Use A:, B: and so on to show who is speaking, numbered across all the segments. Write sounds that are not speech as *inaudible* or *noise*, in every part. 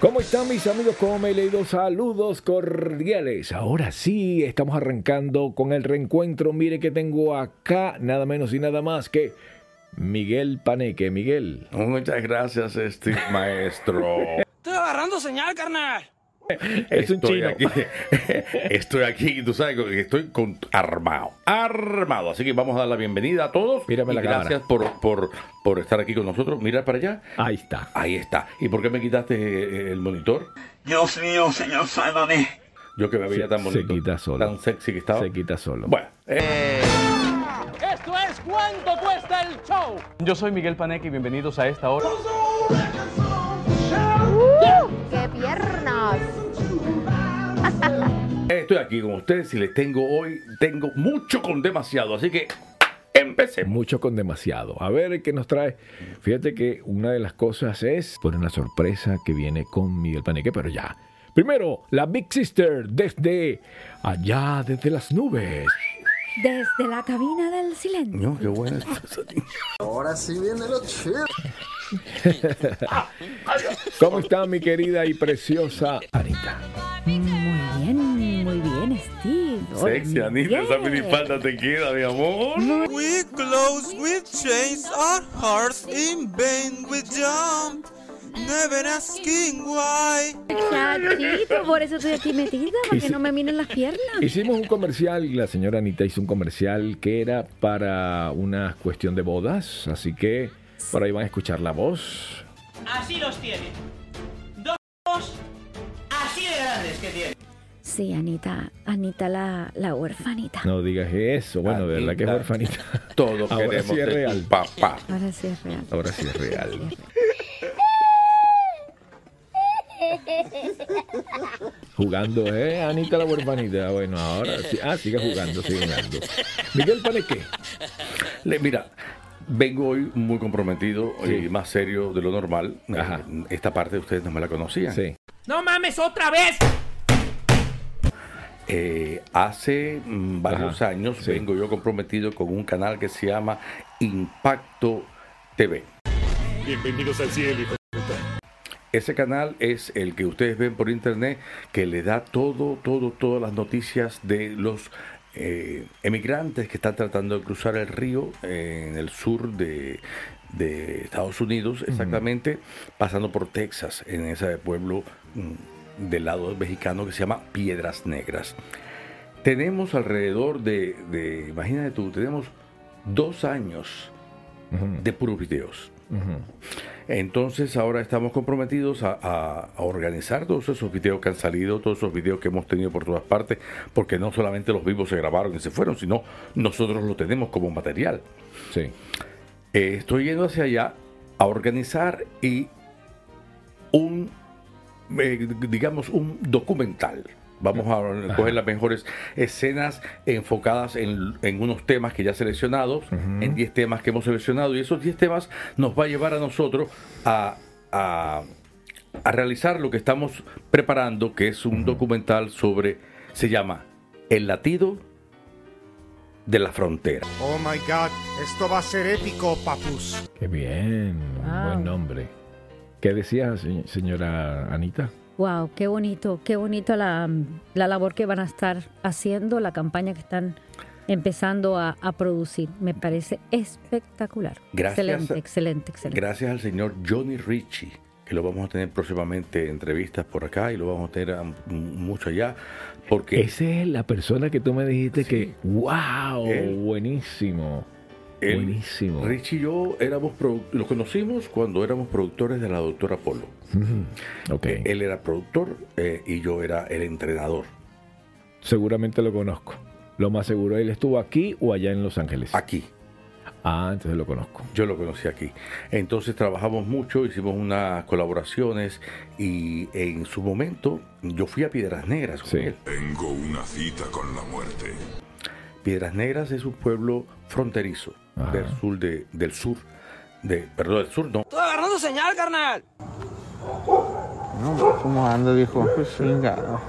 A: ¿Cómo están mis amigos? ¿Cómo me he leído? Saludos cordiales. Ahora sí, estamos arrancando con el reencuentro. Mire que tengo acá nada menos y nada más que Miguel Paneque. Miguel.
B: Oh, Muchas
A: *laughs*
B: gracias, este maestro.
C: Estoy agarrando señal, carnal.
A: Es un
B: Estoy
A: chino.
B: aquí, *laughs* estoy aquí, tú sabes que estoy con, armado, armado. Así que vamos a dar la bienvenida a todos.
A: Mírame
B: y
A: la cámara.
B: gracias por, por, por estar aquí con nosotros. Mira para allá.
A: Ahí está.
B: Ahí está. ¿Y por qué me quitaste eh, el monitor?
D: Dios mío, Señor, sálvame.
B: Yo que me veía
A: Se-
B: tan bonito.
A: se quita solo.
B: Tan sexy que estaba.
A: Se quita solo.
B: Bueno, eh,
C: Esto es cuánto cuesta el show.
E: Yo soy Miguel Paneque y bienvenidos a esta hora.
F: ¡Qué piernas!
B: estoy aquí con ustedes y les tengo hoy, tengo mucho con demasiado. Así que empecemos.
A: Mucho con demasiado. A ver qué nos trae. Fíjate que una de las cosas es por una sorpresa que viene con Miguel Paneque, pero ya. Primero, la Big Sister desde allá, desde las nubes.
F: Desde la cabina del silencio.
B: No, qué bueno.
A: ¿Cómo está mi querida y preciosa Anita?
F: Muy bien, muy bien, Steve. Hola,
B: Sexy, Anita,
F: Miguel.
B: esa minifalda te queda, mi amor.
G: We close, we chase our hearts in vain, we jump, never asking why.
F: Exactito, por eso estoy aquí metida, para que no me miren las piernas.
A: Hicimos un comercial, la señora Anita hizo un comercial que era para una cuestión de bodas, así que por ahí van a escuchar la voz.
C: Así los tiene. Dos así de grandes que tiene.
F: Sí, Anita, Anita la, la huerfanita.
A: No digas eso, bueno, de verdad que es
B: Anita.
A: huerfanita.
B: Todos
A: Ahora
B: queremos
A: sí es
B: ser
A: real.
B: papá.
F: Ahora sí es real.
A: Ahora sí es real. Jugando, ¿eh? Anita la huerfanita. Bueno, ahora sí. Ah, sigue jugando, sigue jugando. Miguel Paneque.
B: Le- mira, vengo hoy muy comprometido y más serio de lo normal.
A: Ajá.
B: Eh, Esta parte ustedes no me la conocían.
A: Sí.
C: No mames otra vez.
B: Eh, hace mm, varios
A: Ajá.
B: años
A: Sí.
B: vengo yo comprometido con un canal que se llama Impacto TV.
H: Bienvenidos al cielo, hijo.
B: Ese canal es el que ustedes ven por internet que le da todo, todo, todas las noticias de los eh, emigrantes que están tratando de cruzar el río eh, en el sur de, de Estados Unidos, exactamente, pasando por Texas, en ese pueblo mm, del lado mexicano que se llama Piedras Negras. Tenemos alrededor de, de imagínate tú, tenemos dos años de puros videos. Entonces ahora estamos comprometidos a, a- a organizar todos esos videos que han salido, todos esos videos que hemos tenido por todas partes, porque no solamente los vivos se grabaron y se fueron, sino nosotros lo tenemos como material.
A: Sí.
B: Eh, estoy yendo hacia allá a organizar y un, eh, digamos, un documental. Vamos a coger las mejores escenas enfocadas en, en unos temas que ya seleccionados, en 10 temas que hemos seleccionado, y esos 10 temas nos va a llevar a nosotros a, a- a realizar lo que estamos preparando, que es un documental sobre, se llama El latido de la frontera.
I: Oh my god, esto va a ser épico, papus.
A: Qué bien.
F: Wow.
A: Buen nombre. ¿Qué decía, se- señora Anita?
F: Wow, qué bonito, qué bonito la, la labor que van a estar haciendo, la campaña que están empezando a, a producir. Me parece espectacular.
B: Gracias.
F: Excelente, excelente, excelente.
B: Gracias al señor Johnny Ritchie, que lo vamos a tener próximamente entrevistas por acá y lo vamos a tener a- m- mucho allá, porque
A: Esa es la persona que tú me dijiste que, wow,
B: Él.
A: buenísimo.
B: él-
A: buenísimo.
B: Ritchie y yo éramos produ- lo conocimos cuando éramos productores de la doctora Polo.
A: Ok.
B: Él era productor eh, y yo era el entrenador.
A: Seguramente lo conozco. Lo más seguro, él estuvo aquí o allá en Los Ángeles.
B: Aquí,
A: Ah, entonces lo conozco.
B: yo lo conocí aquí. Entonces trabajamos mucho, hicimos unas colaboraciones y en su momento yo fui a Piedras Negras con
A: Sí.
B: él.
H: Tengo una cita con la muerte.
B: Piedras Negras es un pueblo fronterizo
A: Ajá.
B: del sur de, del sur de perdón del sur no
C: Estoy agarrando señal, carnal.
J: ¿Cómo anda, viejo? Pues chingado.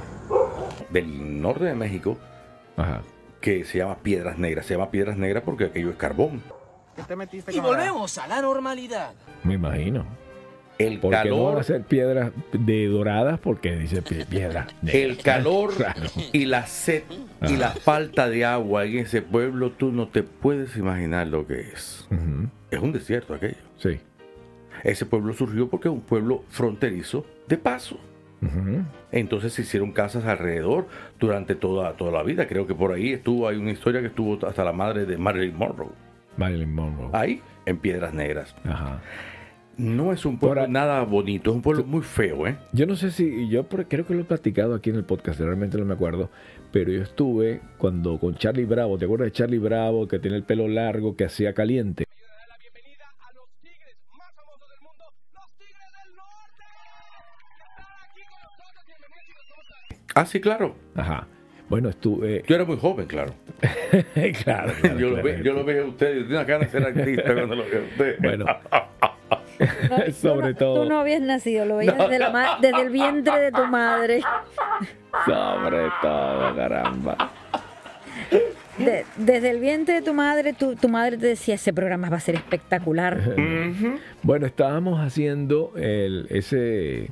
B: del norte de México
A: Ajá.
B: que se llama Piedras Negras se llama Piedras Negras porque aquello es carbón
J: ¿Qué te metiste
C: Y volvemos a la normalidad.
A: Me imagino.
B: El
A: Porque no
B: calor,
A: van a ser piedras de doradas porque dice pie- piedra.
B: *laughs* el
A: negra.
B: calor
A: *laughs* Claro. Ah.
B: y la sed y la falta de agua en ese pueblo, tú no te puedes imaginar lo que es.
A: Ujú,
B: Es un desierto aquello.
A: Sí.
B: Ese pueblo surgió porque es un pueblo fronterizo de paso.
A: Ujú.
B: Entonces se hicieron casas alrededor durante toda, toda la vida. Creo que por ahí estuvo, hay una historia que estuvo hasta la madre de Marilyn Monroe.
A: Marilyn Monroe.
B: Ahí, en Piedras Negras.
A: Ajá.
B: No es un pueblo
A: Ahora-
B: nada bonito, es un pueblo muy feo, ¿eh?
A: Yo no sé si, yo por- creo que lo he platicado aquí en el podcast, realmente no me acuerdo, pero yo estuve cuando con Charlie Bravo, ¿te acuerdas de Charlie Bravo que tiene el pelo largo, que hacía caliente?
B: Ah, sí, claro.
A: Ajá. Bueno, estuve... *laughs*
B: Yo era muy joven, claro.
A: claro, claro,
B: *laughs* yo, lo
A: claro.
B: ve- yo lo veo a usted, yo tengo una cara de ser artista cuando lo veo a usted.
A: Bueno.
F: No,
A: *laughs*
F: tú
A: Sobre
F: no-
A: todo.
F: Tú no habías nacido, lo veías desde, la ma- desde el vientre de tu madre.
A: Sobre todo, caramba.
F: De- desde el vientre de tu madre, tu, tu madre te decía, ese programa va a
A: *laughs*
F: ser espectacular.
A: Bueno, estábamos haciendo el, ese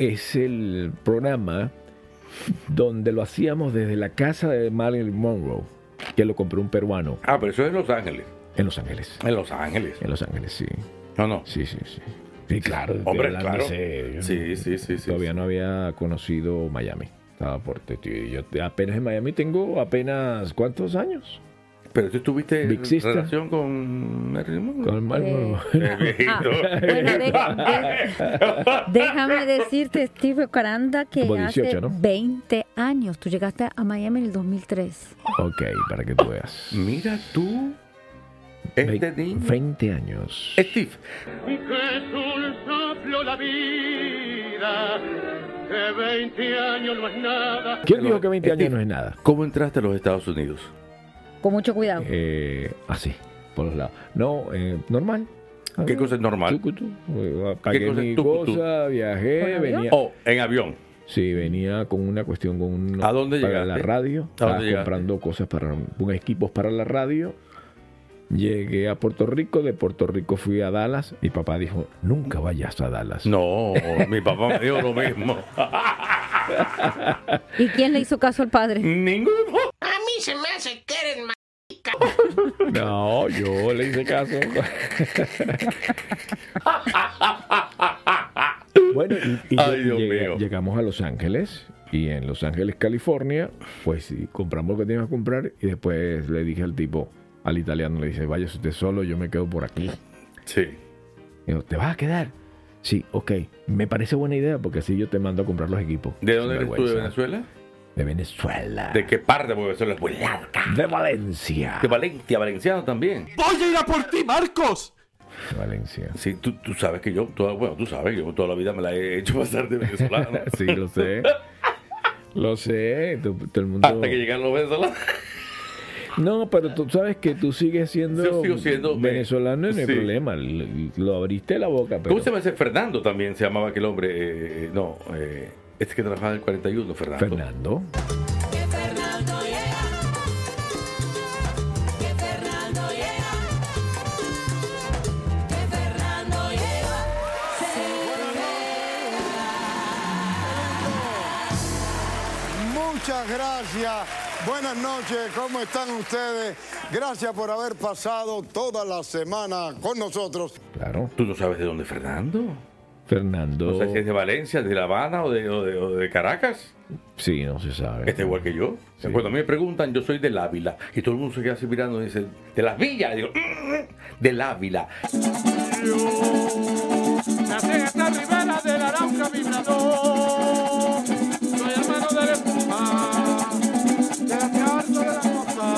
A: es el programa donde lo hacíamos desde la casa de Marilyn Monroe, que lo compró un peruano
B: Ah, pero eso es en Los Ángeles.
A: en Los Ángeles.
B: En Los Ángeles.
A: En Los Ángeles, sí.
B: No, no.
A: Sí, sí, sí. Sí, claro. estoy
B: Hombre,
A: hablando
B: claro.
A: ese- yo
B: Sí, sí, sí, sí,
A: Todavía
B: sí.
A: no había conocido Miami. Estaba por Yo apenas en Miami tengo apenas cuántos años.
B: Pero tú tuviste
A: Big Sister.
B: relación con Marilyn Monroe. *laughs*
A: Con Marilyn Monroe.
B: Eh, viejito.
F: Ah, bueno, de- de- déjame decirte, Steve Caranda, que
A: Como
F: hace
A: 18, ¿no?
F: 20 años tú llegaste a Miami en el 2003.
A: Ok, para que tú veas.
B: Mira tú. Este
A: Ve-
B: niño.
A: 20 años.
B: Steve,
A: ¿Quién
B: Lo-
A: dijo que 20 años
B: Steve.
A: no es nada?
B: ¿cómo entraste a los Estados Unidos?
F: Con mucho cuidado.
A: Eh, así, por los lados. No, eh, normal.
B: ¿Qué cosa es normal?
A: Tucutú. Eh, Pagué
B: cosa es
A: mi
B: tucutú?
A: cosa,
F: ¿Con
A: viajé,
F: avión?
A: venía.
B: Oh, en avión.
A: Sí, venía con una cuestión con un-
B: ¿A dónde
A: para la
B: llegaste?
A: radio.
B: ¿A
A: Estaba
B: dónde llegaste?
A: comprando cosas para un equipos para la radio. Llegué a Puerto Rico, de Puerto Rico fui a Dallas. Mi papá dijo, nunca vayas a Dallas.
B: No, mi papá me dijo lo mismo.
F: ¿Y quién le hizo caso al padre?
B: Ninguno.
A: No, yo le hice caso. bueno, y, y
B: Ay,
A: lleg-
B: Dios
A: llega-
B: mío.
A: llegamos a Los Ángeles y en Los Ángeles, California, pues sí, compramos lo que teníamos que comprar y después le dije al tipo, al italiano, le dice, váyase usted solo, yo me quedo por aquí.
B: Sí.
A: Digo, ¿te vas a quedar? Sí, ok. Me parece buena idea porque así yo te mando a comprar los equipos.
B: ¿De dónde eres tú? ¿De
A: Sinvergüenza.
B: Venezuela?
A: De Venezuela.
B: ¿De qué parte de Venezuela? Pues larga.
A: De Valencia.
B: De Valencia, valenciano también.
G: ¡Voy a ir a por ti, Marcos!
A: De Valencia.
B: Sí, tú, tú sabes que yo, toda, bueno, tú sabes que yo toda la vida me la he hecho *laughs* pasar
A: *laughs*
B: de venezolano.
A: Sí, lo sé. Lo sé, tú- todo el mundo.
B: Hasta que llegaron los venezolanos.
A: No, pero tú sabes que tú sigues siendo,
B: Yo sigo siendo-
A: venezolano y no hay
B: Sí.
A: problema. L- Lo abriste la boca, pero
B: ¿Cómo se llama ese Fernando también? Se llamaba aquel hombre. eh, no, eh, este que trabajaba en el 41, Fernando.
A: Fernando.
I: Muchas gracias. Buenas noches, ¿cómo están ustedes? Gracias por haber pasado toda la semana con nosotros.
A: Claro.
B: ¿Tú no sabes de dónde es Fernando?
A: Fernando.
B: No sé si es de Valencia, de La Habana o de, o de- o de Caracas.
A: Sí, no se sabe.
B: Está Este igual que yo.
A: Sí.
B: Cuando a mí me preguntan, yo soy del Ávila. Y todo el mundo se queda así mirando y dice, de las villas. Digo, "Mm, mm, del Ávila.
G: Nací en esta ribera del Arauca vibrador. Soy hermano de la espuma, de la carta de la moza.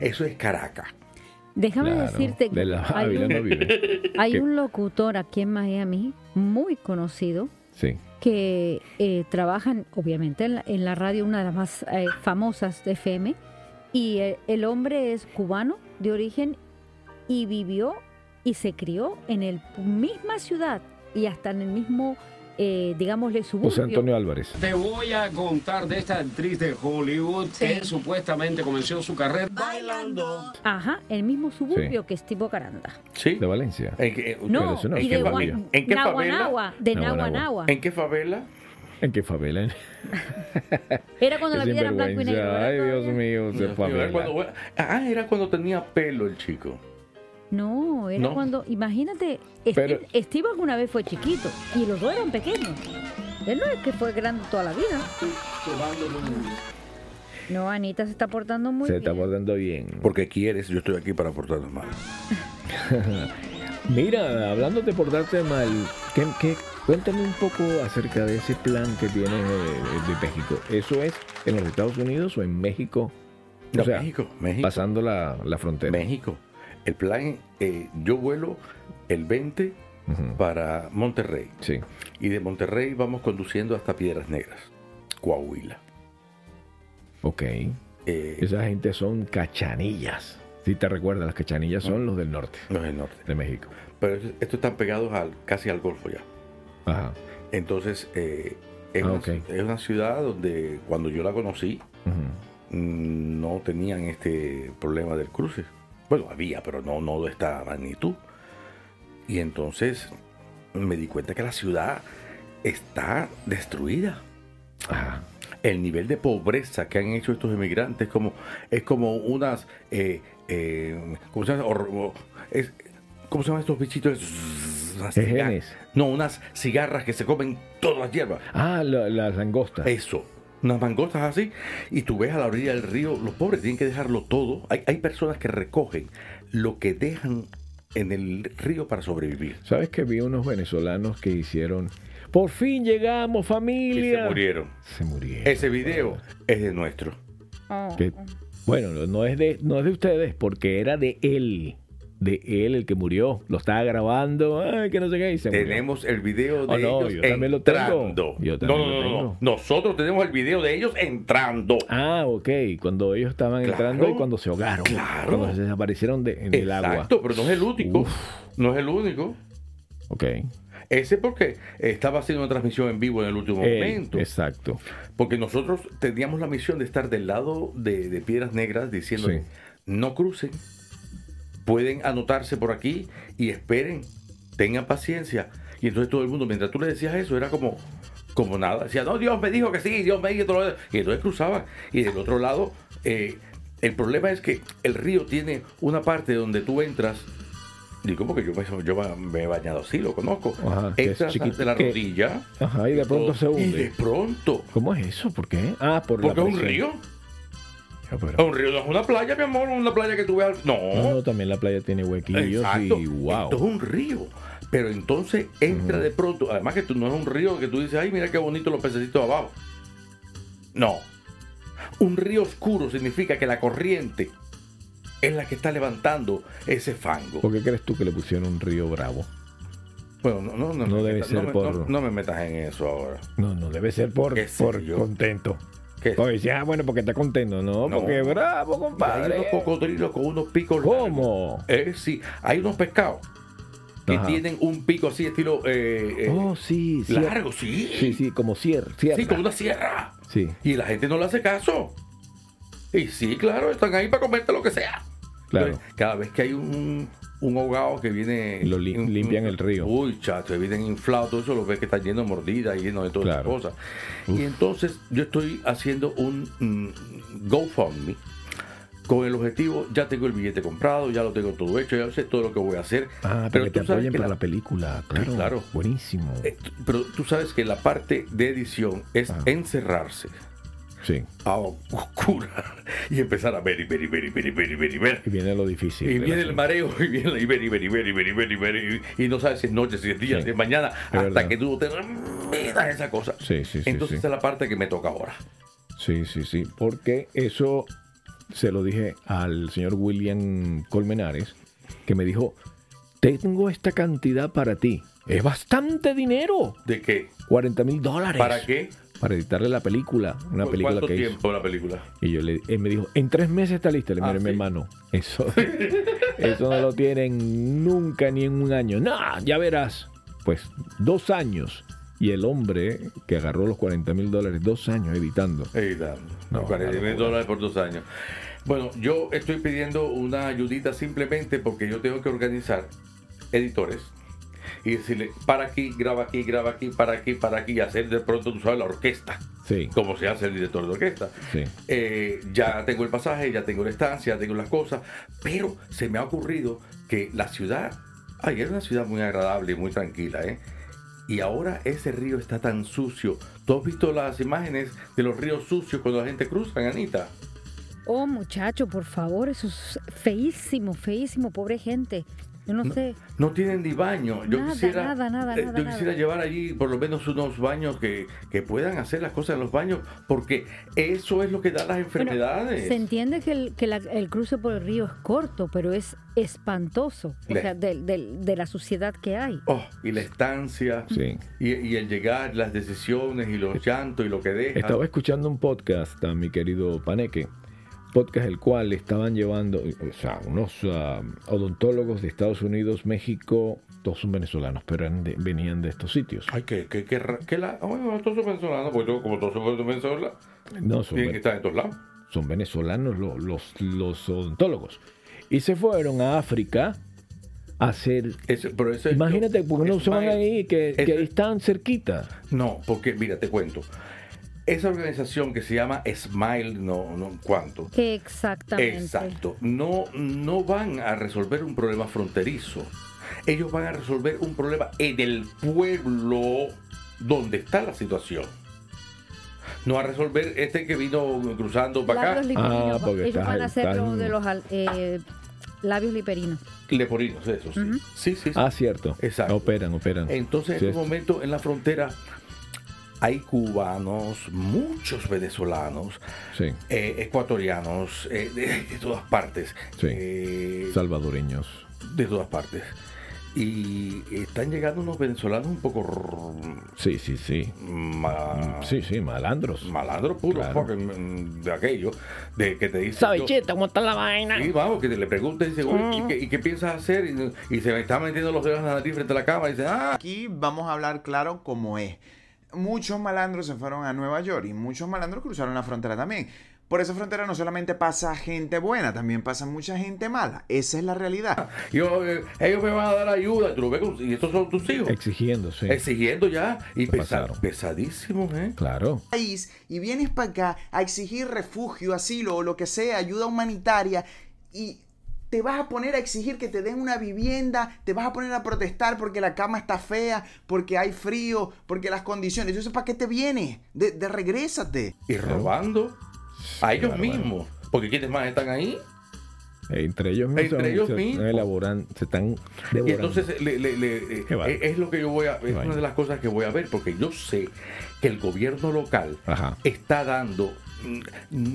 B: Eso es Caracas.
F: Déjame
A: Claro,
F: decirte que
A: De la
F: hay,
A: Ávila
F: un,
A: no vive.
F: hay
A: que-
F: un locutor aquí en Miami muy conocido
A: Sí.
F: que eh, trabajan obviamente en la, en la radio, una de las más eh, famosas de FM, y el, el hombre es cubano de origen y vivió y se crió en el misma ciudad y hasta en el mismo eh, digámosle, suburbios.
A: José Antonio Álvarez.
K: Te voy a contar de esta actriz de Hollywood que supuestamente comenzó su carrera bailando.
F: Ajá, el mismo suburbio que Steve Caranda.
B: Sí.
A: De Valencia.
B: ¿En qué,
F: No, y de Gua- Naguanagua, de
A: Naguanagua.
F: Naguanagua.
B: ¿En qué favela?
A: ¿En qué favela? En-
F: Era cuando la
A: Qué
F: vida era blanco y negro.
A: sinvergüenza.
F: ¿verdad?
A: Ay, Dios mío, se
B: Dios mío, era cuando- ah, era cuando tenía pelo el chico.
F: No, era
B: No.
F: cuando, imagínate, Steve,
B: Pero-
F: Steve alguna vez fue chiquito y los dos eran pequeños. Él no es que fue grande toda la vida. No, Anita se está portando muy
A: Se
F: bien.
A: está portando bien.
B: Porque quieres, yo estoy aquí para aportarnos mal.
A: Mira, hablando de portarte mal, ¿qué, qué- cuéntame un poco acerca de ese plan que tienes de, de México. ¿Eso es en los Estados Unidos o en México? O
B: No,
A: sea,
B: México, México.
A: pasando la, la frontera.
B: México. El plan, eh, yo vuelo el 20 para Monterrey.
A: Sí.
B: Y de Monterrey vamos conduciendo hasta Piedras Negras, Coahuila. eh,
A: Ok. Esa gente son cachanillas. Si te recuerdas, las cachanillas son los del norte.
B: Los del norte.
A: De México.
B: Pero es- estos están pegados al, casi al Golfo ya.
A: Ajá.
B: Entonces, eh, es,
A: Ah,
B: una,
A: ok.
B: es una ciudad donde cuando yo la conocí, mm, no tenían este problema del cruce. Bueno, había, pero no, no de esta magnitud. Y entonces me di cuenta que la ciudad está destruida. El nivel de pobreza que han hecho estos emigrantes como, es como unas... eh, eh, ¿Cómo se llama? Or- o- es- ¿Cómo se llaman estos bichitos? Zzzz, unas cigar- No, unas cigarras que se comen todas las hierbas.
A: Ah, la- las langostas.
B: Eso. Unas mangostas así. Y tú ves a la orilla del río, los pobres tienen que dejarlo todo. Hay, hay personas que recogen lo que dejan en el río para sobrevivir.
A: ¿Sabes que vi unos venezolanos que hicieron... Por fin llegamos,
B: Y se
A: familia.
B: murieron.
A: Se murieron.
B: Ese video es de nuestro.
F: Oh,
A: Que- bueno, no- no es, de, no es de ustedes, porque era de él. De él el que murió. Lo estaba grabando. Ay, que no sé qué. Y se murió.
B: Tenemos el video de
A: Ah, no,
B: ellos
A: yo también lo tengo.
B: entrando.
A: Yo
B: no,
A: también
B: no,
A: lo
B: no, no,
A: tengo.
B: no. Nosotros tenemos el video de ellos entrando.
A: Ah, ok. Cuando ellos estaban
B: Claro.
A: entrando y cuando se ahogaron.
B: Claro.
A: Cuando se desaparecieron de- en el agua.
B: Exacto, pero no es el único. No es el único.
A: Ok.
B: Ese porque estaba haciendo una transmisión en vivo en el último
A: Él,
B: momento.
A: Exacto.
B: Porque nosotros teníamos la misión de estar del lado de, de Piedras Negras diciendo,
A: Sí.
B: no crucen, pueden anotarse por aquí y esperen, tengan paciencia. Y entonces todo el mundo, mientras tú le decías eso, era como, como nada. Decía, no, Dios me dijo que sí, Dios me dijo que todo lo-". Y entonces cruzaban. Y del otro lado, eh, el problema es que el río tiene una parte donde tú entras. Y como que yo me, yo me he bañado así, lo conozco.
A: Ajá, que es
B: Entras
A: chiquito,
B: de la
A: que-
B: rodilla.
A: Ajá, y de pronto se
B: Y de
A: hunde.
B: pronto.
A: ¿Cómo es eso? ¿Por qué? Ah, por la
B: Porque es un
A: presión.
B: río.
A: Ah, pero-
B: Un río no es una playa, mi amor, una playa que tú veas. al-
A: No,
B: No,
A: no, también la playa tiene huequillos
B: Oh. exacto.
A: y wow.
B: Esto es un río. Pero entonces entra de pronto. Además que tú no es un río que tú dices, ay, mira qué bonito los pececitos abajo. No. Un río oscuro significa que la corriente es la que está levantando ese fango.
A: ¿Por qué crees tú que le pusieron un río bravo?
B: Bueno, no, no, no,
A: No
B: me
A: debe
B: metas-
A: ser
B: no me-
A: por-
B: no- no me metas en eso ahora.
A: No, no, debe ser por,
B: ¿Qué sé
A: por
B: yo?
A: contento.
B: ¿Qué?
A: Oye, sí, ah, bueno, porque está contento, ¿no?
B: No.
A: Porque bravo,
B: Y Hay unos
A: compadre.
B: cocodrilos con unos picos
A: ¿Cómo?
B: Eh, sí, hay unos pescados que
A: Ajá.
B: tienen un pico así, estilo eh, eh,
A: Oh, sí, sí.
B: largo, sí.
A: Sí, sí, como cier, cierra.
B: Sí, con una sierra.
A: Sí.
B: Y la gente no le hace caso. Y sí, claro, están ahí para comerte lo que sea.
A: Claro.
B: Entonces, cada vez que hay un, un ahogado que viene.
A: Lo lim-
B: un-
A: limpian el río.
B: Uy, chato, ahí vienen inflados, todo eso, los ves que están llenos de mordidas y llenos de todas
A: Claro.
B: esas cosas. Y entonces yo estoy haciendo un mm, GoFundMe con el objetivo, ya tengo el billete comprado, ya lo tengo todo hecho, ya sé todo lo que voy a hacer.
A: Ah, pero que te
B: tú sabes
A: apoyen
B: que
A: para
B: la- Ah,
A: la película, claro.
B: claro.
A: Buenísimo.
B: eh, t- pero tú sabes que la parte de edición es encerrarse
A: Sí.
B: a oscura y empezar a ver y ver y ver y ver y ver y ver y ver.
A: Y viene lo difícil.
B: Y
A: del
B: viene el
A: asunto.
B: mareo y viene y ver y ver y ver y ver y ver y ver y, y no sabes si es noche, si es día,
A: Sí.
B: si es mañana, hasta
A: verdad.
B: que tú te miras esa cosa.
A: Sí, sí, sí,
B: Entonces
A: sí.
B: esa es la parte que me toca ahora.
A: Sí, sí, sí. Porque eso se lo dije al señor William Colmenares, que me dijo, tengo esta cantidad para ti. Es bastante dinero.
B: ¿De qué?
A: 40 mil dólares.
B: ¿Para qué?
A: Para editarle la película. Una
B: ¿Cu-
A: película
B: ¿Cuánto
A: que hizo.
B: tiempo la película?
A: Y yo le, él me dijo, en tres meses está lista. Le dije,
B: Ah,
A: mire, mi
B: ¿sí?
A: hermano, eso, *laughs* eso no lo tienen nunca ni en un año. No, ya verás. Pues dos años. Y el hombre que agarró los 40 mil dólares dos años editando.
B: Editando.
A: No,
B: 40 mil dólares por dos años. Bueno, yo estoy pidiendo una ayudita simplemente porque yo tengo que organizar editores y decirle, para aquí, graba aquí, graba aquí, para aquí, para aquí, y hacer de pronto, tú sabes, la orquesta.
A: Sí.
B: Como se hace el director de orquesta.
A: Sí.
B: Eh, ya tengo el pasaje, ya tengo la estancia, ya tengo las cosas, pero se me ha ocurrido que la ciudad, ay, era una ciudad muy agradable y muy tranquila, ¿eh? Y ahora ese río está tan sucio. ¿Tú has visto las imágenes de los ríos sucios cuando la gente cruza, Anita?
F: Oh, muchacho, por favor, eso es feísimo, feísimo, pobre gente. Yo no, sé.
B: No tienen ni baño. Yo
F: Nada,
B: quisiera,
F: nada, nada,
B: eh,
F: nada,
B: yo
F: nada.
B: quisiera llevar allí por lo menos unos baños que, que puedan hacer las cosas en los baños, porque eso es lo que da las
F: Bueno,
B: enfermedades.
F: se entiende que, el, que la- el cruce por el río es corto, pero es espantoso. O
B: Le-
F: sea, del- del- de la suciedad que hay.
B: Oh, y la estancia, y, y el llegar, las decisiones, y los llantos, y lo que deja.
A: Estaba escuchando un podcast a mi querido Paneque, podcast el cual estaban llevando, o sea, unos ah, odontólogos de Estados Unidos, México, todos son venezolanos, pero eran de- venían de estos sitios.
B: Ay, que, que, que, ra- que la. ah, Bueno, todos son venezolanos, porque yo, como todos son venezolanos,
A: No, son
B: tienen
A: ve-
B: que estar en todos lados.
A: son venezolanos lo- los, los odontólogos. Y se fueron a África a hacer... Imagínate, porque no se van ahí, que, que ahí están cerquita.
B: No, porque, mira, te cuento. Esa organización que se llama Smile, no, no, ¿cuánto?
F: Exactamente.
B: Exacto. No, no van a resolver un problema fronterizo. Ellos van a resolver un problema en el pueblo donde está la situación. No a resolver este que vino cruzando para
A: Ah,
B: acá.
F: Labios liperinos. Ellos van a hacer lo de los al- eh, labios liperinos.
B: Leporinos, eso sí. Sí, sí.
A: Ah, cierto.
B: Exacto.
A: Operan, operan.
B: Entonces,
A: Sí,
B: en
A: es-
B: este momento, en la frontera, hay cubanos, muchos venezolanos,
A: sí,
B: eh, ecuatorianos, eh, de, de todas partes.
A: Sí.
B: Eh,
A: salvadoreños.
B: de todas partes. Y están llegando unos venezolanos un poco... rrr,
A: Sí, sí, sí.
B: ma-
A: Sí, sí, malandros.
B: Ah. Malandros puros,
A: Claro.
B: porque, mm, de aquello, de que te dicen... yo-
A: ¿cómo está la vaina? Mm.
B: Sí, vamos, que te le pregunten, dice, "Oye, ¿y, qué, y qué piensas hacer? Y, y se me están metiendo los dedos en la nariz frente a la cama y dice, ah,
L: Aquí vamos a hablar claro como es. Muchos malandros se fueron a Nueva York y muchos malandros cruzaron la frontera también. Por esa frontera no solamente pasa gente buena, también pasa mucha gente mala. Esa es la realidad.
B: yo, eh, ellos me van a dar ayuda, tú lo ves, con- y estos son tus hijos.
A: Exigiéndose.
B: Exigiendo ya, y pesa- pesadísimos, ¿eh?
A: Claro.
L: país y vienes para acá a exigir refugio, asilo o lo que sea, ayuda humanitaria y te vas a poner a exigir que te den una vivienda, te vas a poner a protestar porque la cama está fea, porque hay frío, porque las condiciones. Entonces, ¿para qué te vienes? De, de regrésate.
B: Y robando a ellos mismos, porque quienes más están ahí.
A: Entre ellos mismos.
B: Entre
A: se-
B: ellos
A: se,
B: mismos.
A: elaboran- se están devorando.
B: Y entonces le- le- le- eh,
A: Qué bárbaro.
B: eh, es lo que yo voy a, es una de las cosas que voy a ver, porque yo sé que el gobierno local
A: Ajá.
B: está dando, mm,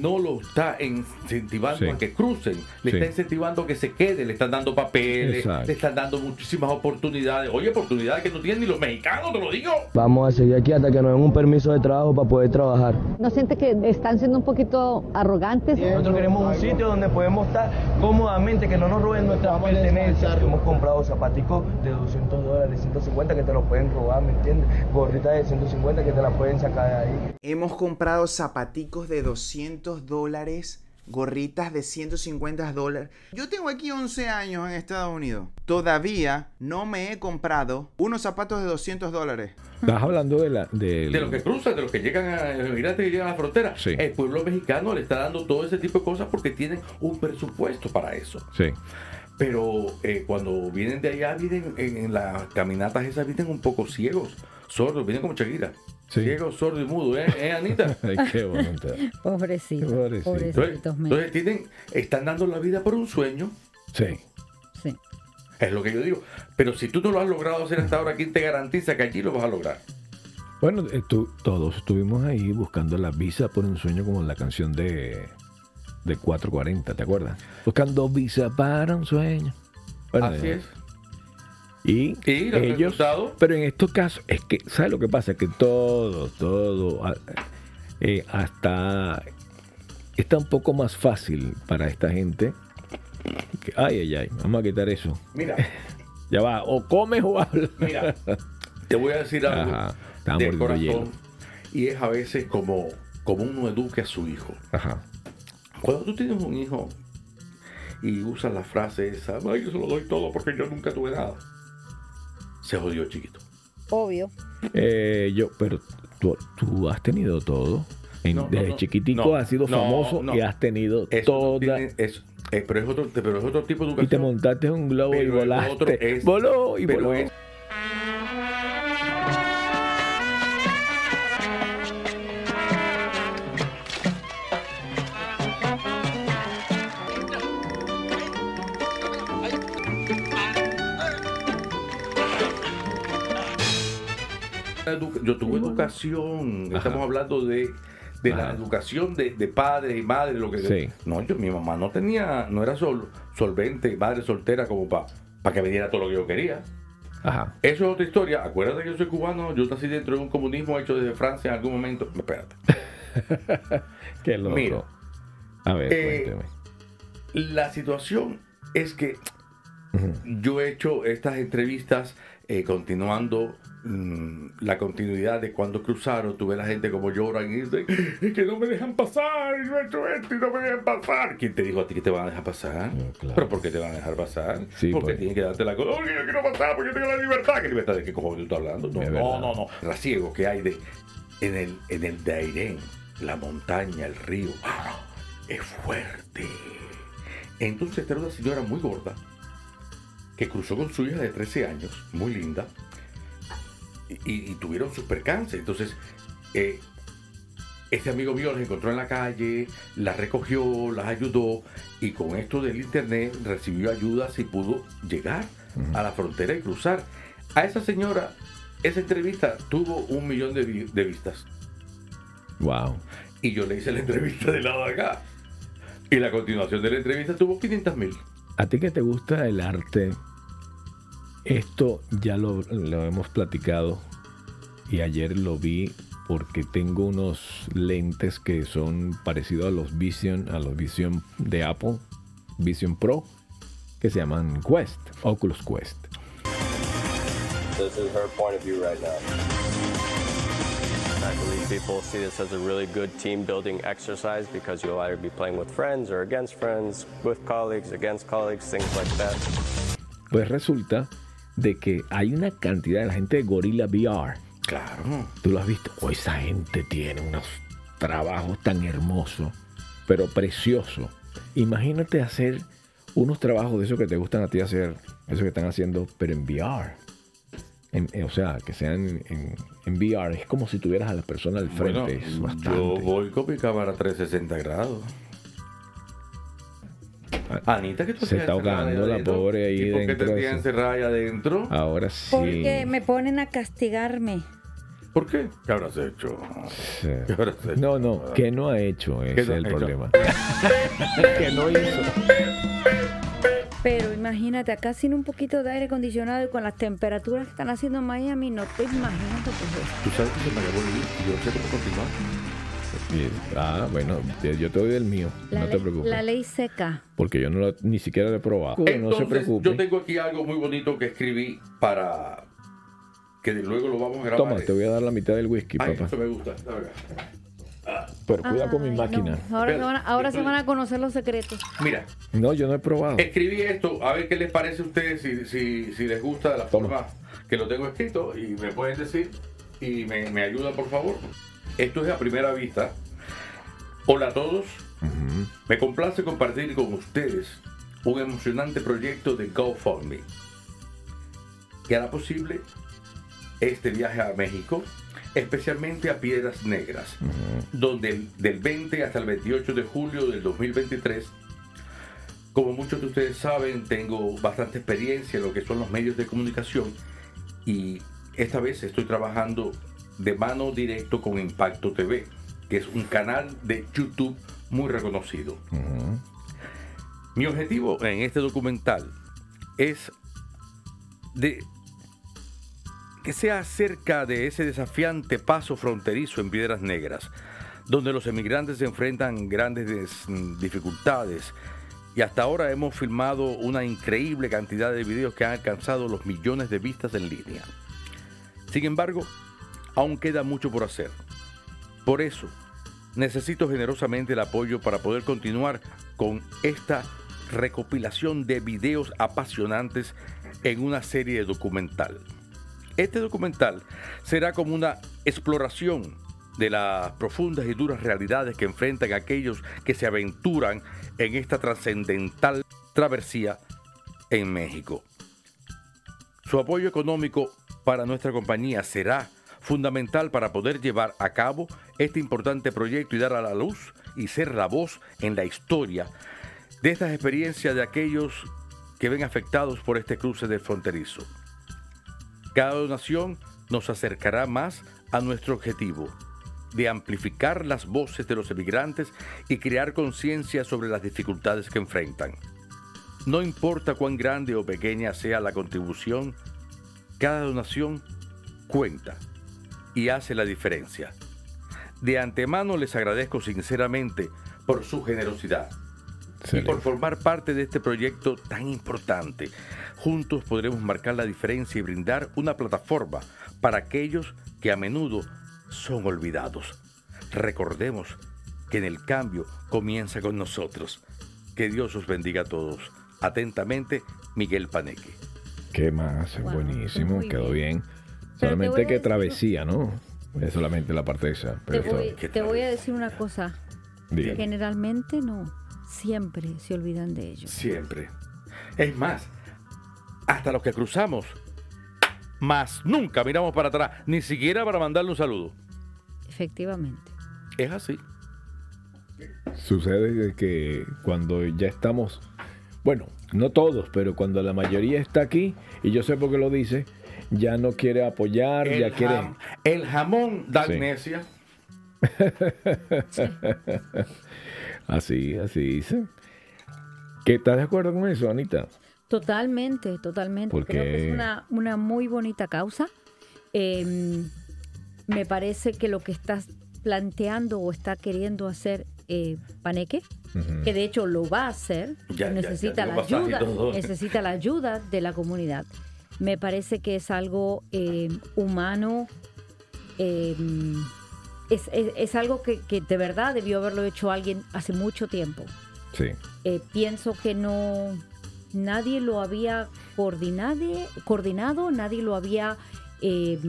B: no lo está incentivando
A: Sí.
B: a que crucen, le
A: Sí.
B: está incentivando a que se quede, le están dando papeles,
A: Exacto.
B: le están dando muchísimas oportunidades. Oye, oportunidades que no tienen ni los mexicanos, te lo digo.
M: Vamos a seguir aquí hasta que nos den un permiso de trabajo para poder trabajar.
N: ¿No siente que están siendo un poquito arrogantes?
M: Nosotros queremos un sitio donde podemos estar cómodamente, que no nos roben nuestras pertenencias. Hemos comprado zapaticos de 200 dólares, 150 que te los pueden robar, ¿me entiendes? Gorritas de 150 que te las pueden sacar de ahí.
L: Hemos comprado zapaticos de 200 dólares, gorritas de 150 dólares. Yo tengo aquí 11 años en Estados Unidos. Todavía no me he comprado unos zapatos de 200 dólares.
A: Estás hablando de la. del-
B: De los que cruzan, de los que llegan a, mírate que llegan a la frontera.
A: Sí.
B: El pueblo mexicano le está dando todo ese tipo de cosas porque tienen un presupuesto para eso.
A: Sí. *laughs*
B: Pero eh, cuando vienen de allá, vienen en, en las caminatas esas, vienen un poco ciegos, sordos, vienen como Shakira. Ciegos, sordos y mudos, ¿eh,
A: *laughs*
B: ¿Eh, Anita?
A: Ay, qué bonita.
F: Pobrecito.
A: Pobrecito.
B: Entonces,
F: Pobrecitos. men.
B: entonces tienen, están dando la vida por un sueño,
A: Sí.
F: Sí.
B: es lo que yo digo. Pero si tú no lo has logrado hacer hasta ahora, ¿quién te garantiza que allí lo vas a lograr?
A: Bueno, eh, tú- todos estuvimos ahí buscando la visa por un sueño, como la canción de, de 440, ¿te acuerdas? Buscando visa para un sueño. Bueno,
B: Así
A: eh,
B: es.
A: Y,
B: Y los
A: ellos,
B: resultados.
A: pero en estos casos, es que, ¿sabes lo que pasa? Que todo, todo, a- eh, hasta está un poco más fácil para esta gente. que- ay, ay, ay, vamos a quitar eso.
B: Mira,
A: Ya va, o comes o hablas.
B: Mira, te voy a decir algo.
A: Ajá. Estaba
B: de
A: mordiendo
B: corazón.
A: hielo.
B: Y es a veces como, como uno eduque a su hijo.
A: Ajá.
B: Cuando tú tienes un hijo y usas la frase esa, "Ay, yo se lo doy todo porque yo nunca tuve nada. Se jodió chiquito.
N: Obvio.
A: Eh, yo, pero tú, tú has tenido todo. En-
B: No, no,
A: desde
B: no,
A: chiquitico
B: no,
A: has sido
B: no,
A: famoso
B: no.
A: y has tenido
B: Eso
A: toda.
B: no tiene- eso- eh, pero, es otro, pero es otro tipo de educación.
A: y te montaste en un globo y
B: Pero el
A: volaste.
B: otro es-
A: voló y
B: pero
A: voló.
B: es- Edu- Yo tuve educación. Estamos hablando de, de la educación de, de padre y madre, lo que
A: Sí.
B: No, yo, mi mamá no tenía, no era sol- solvente, madre soltera como para que me diera todo lo que yo quería.
A: Ajá.
B: Eso es otra historia. Acuérdate que yo soy cubano, yo nací dentro de un comunismo hecho desde Francia en algún momento. Espérate.
A: Qué loco.
B: Mira.
A: A ver,
B: Eh,
A: cuéntame.
B: La situación es que yo he hecho estas entrevistas eh, continuando mm, la continuidad de cuando cruzaron. Tuve la gente como lloran y dicen, es que no me dejan pasar, yo he hecho esto y no me dejan pasar. ¿Quién te dijo a ti que te van a dejar pasar? ¿Pero por qué te van a dejar pasar? porque tienen que darte la cosa. "Oye, yo quiero pasar porque yo tengo la libertad. ¿Qué libertad de qué cojones tú estás hablando? No,
A: Es
B: no,
A: verdad.
B: no, no. Trasiego que hay de, en el, en el de Airén, la montaña, el río. ¡Ah! Es fuerte. Entonces era una señora muy gorda que cruzó con su hija de 13 años, muy linda, y, y tuvieron sus percances. Entonces, eh, este amigo mío las encontró en la calle, las recogió, las ayudó, y con esto del internet recibió ayudas y pudo llegar a la frontera y cruzar. A esa señora, esa entrevista tuvo un millón de, vi- de vistas.
A: Wow.
B: Y yo le hice la entrevista de lado de acá. Y la continuación de la entrevista tuvo 500 mil.
A: A ti que te gusta el arte, esto ya lo, lo hemos platicado y ayer lo vi porque tengo unos lentes que son parecidos a los Vision, a los Vision de Apple, Vision Pro, que se llaman Quest, Oculus Quest.
O: This is her point of view right now. I believe people see this as a really good team building exercise because you'll either be playing with friends or against friends, with colleagues, against colleagues, things like that.
A: Pues resulta de que hay una cantidad de la gente de Gorilla VR.
B: Claro.
A: Tú lo has visto. Oh, esa gente tiene unos trabajos tan hermosos, pero preciosos. Imagínate hacer unos trabajos de esos que te gustan a ti hacer, esos que están haciendo, pero en VR. En- eh, o sea, que sean en, en VR. Es como si tuvieras a la persona al frente.
B: Bueno,
A: es bastante.
B: yo voy con mi cámara 360 grados. Anita, que tú
A: Se
B: tenías
A: está
B: encerrada ahí
A: ahogando la
B: adentro?
A: pobre ahí Ah.
B: ¿Y por qué te
A: dentro de
B: tenías
A: ese-
B: encerrada ahí adentro?
A: Ahora sí.
F: Porque me ponen a castigarme.
B: ¿Por qué? ¿Qué habrás hecho?
A: Sí. No, no, que no ha hecho. Ese es
B: no ha
A: el
B: hecho?
A: problema.
B: que no hizo.
F: Pero imagínate, acá sin un poquito de aire acondicionado y con las temperaturas que están haciendo en Miami, no te imaginas lo que es esto.
B: Tú sabes que se me acabó el libro. Yo no sé cómo continuar.
A: Y- Ah, bueno, yo- yo te doy el mío.
F: La,
A: no te
F: ley-
A: preocupes.
F: la ley seca.
A: Porque yo no lo- ni siquiera lo he probado. no se
B: Entonces,
A: preocupe.
B: yo tengo aquí algo muy bonito que escribí para que luego lo vamos a grabar.
A: Toma, te voy a dar la mitad del whisky,
B: este. Ay,
A: papá.
B: esto me gusta. dame acá.
A: Pero cuida con mi máquina.
F: Ahora, se
B: Espera,
F: van, a, ahora se van a conocer los secretos.
B: Mira,
A: No, yo no he probado.
B: escribí esto, a ver qué les parece a ustedes, si, si, si les gusta de la forma que lo tengo escrito y me pueden decir y me, me ayudan, por favor. Esto es a primera vista. Hola a todos. Me complace compartir con ustedes un emocionante proyecto de GoFundMe que hará posible este viaje a México, especialmente a Piedras Negras, donde el- del 20 hasta el 28 de julio del 2023 como muchos de ustedes saben, tengo bastante experiencia en lo que son los medios de comunicación y esta vez estoy trabajando de mano directo con Impacto TV, que es un canal de YouTube muy reconocido. Mi objetivo en este documental es de que sea acerca de ese desafiante paso fronterizo en Piedras Negras, donde los emigrantes se enfrentan grandes des- dificultades. Y hasta ahora hemos filmado una increíble cantidad de videos que han alcanzado los millones de vistas en línea. Sin embargo, aún queda mucho por hacer. Por eso, necesito generosamente el apoyo para poder continuar con esta recopilación de videos apasionantes en una serie documental. Este documental será como una exploración de las profundas y duras realidades que enfrentan aquellos que se aventuran en esta trascendental travesía en México. Su apoyo económico para nuestra compañía será fundamental para poder llevar a cabo este importante proyecto y dar a la luz y ser la voz en la historia de estas experiencias de aquellos que ven afectados por este cruce del fronterizo. Cada donación nos acercará más a nuestro objetivo de amplificar las voces de los emigrantes y crear conciencia sobre las dificultades que enfrentan. No importa cuán grande o pequeña sea la contribución, cada donación cuenta y hace la diferencia. De antemano les agradezco sinceramente por su generosidad y por formar parte de este proyecto tan importante. Juntos podremos marcar la diferencia y brindar una plataforma para aquellos que a menudo son olvidados. Recordemos que en el cambio comienza con nosotros. Que Dios os bendiga a todos. Atentamente, Miguel Paneque.
A: ¿Qué más?
F: Wow,
A: Buenísimo,
F: muy
A: quedó bien.
F: Pero te voy
A: Solamente
F: a
A: que
F: decir-
A: travesía, ¿no? Es solamente la parte esa.
F: Te
A: Pero
F: voy,
A: está-
F: te voy a decir una cosa.
A: Dígame.
F: Generalmente no. Siempre se olvidan de ellos.
B: Siempre. Es más, hasta los que cruzamos, más nunca miramos para atrás, ni siquiera para mandarle un saludo.
F: Efectivamente.
B: Es así.
A: Sucede que cuando ya estamos, bueno, no todos, pero cuando la mayoría está aquí, y yo sé por qué lo dice, ya no quiere apoyar, ya quiere...
B: jam- el jamón da
A: Sí.
B: amnesia.
A: así, así dice. ¿Qué estás de acuerdo con eso, Anita?
F: Totalmente, totalmente.
A: Porque-
F: Creo que es una, una muy bonita causa. Eh, me parece que lo que estás planteando o está queriendo hacer eh, Paneque,
A: Ujú.
F: que de hecho lo va a hacer,
A: Ya, ya, ya, dio
F: necesita la
A: pasaje y
F: ayuda,
A: todo. *laughs*
F: necesita la ayuda de la comunidad. Me parece que es algo eh, humano, eh, es, es- es algo que- que de verdad debió haberlo hecho alguien hace mucho tiempo
A: Sí.
F: eh, pienso que no nadie lo había coordinade- coordinado, nadie lo había eh,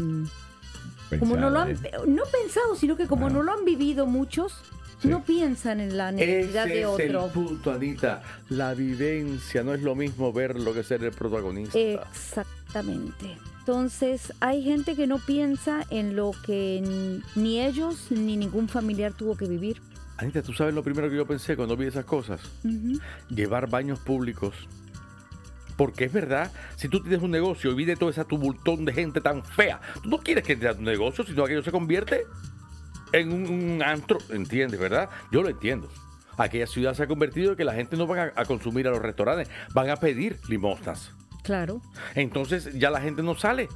F: como no lo han
A: Pensado, ¿eh?
F: no pensado, sino que como no lo han vivido muchos, no piensan en la necesidad
B: Ese
F: de
B: es el
F: otro.
B: punto, Anita. La vivencia no es lo mismo verlo que ser el protagonista.
F: Eh. Exactamente. Entonces, hay gente que no piensa en lo que n- ni ellos ni ningún familiar tuvo que vivir.
B: Anita, ¿tú sabes lo primero que yo pensé cuando vi esas cosas?
F: Ujú.
B: Llevar baños públicos. Porque es verdad, si tú tienes un negocio y viene toda esa tumultón de gente tan fea, tú no quieres que entre a tu negocio, sino aquello se convierte en un, un antro, ¿entiendes, verdad? Yo lo entiendo. Aquella ciudad se ha convertido en que la gente no va a, a consumir a los restaurantes, van a pedir limosnas.
F: Claro.
B: Entonces ya la gente no sale.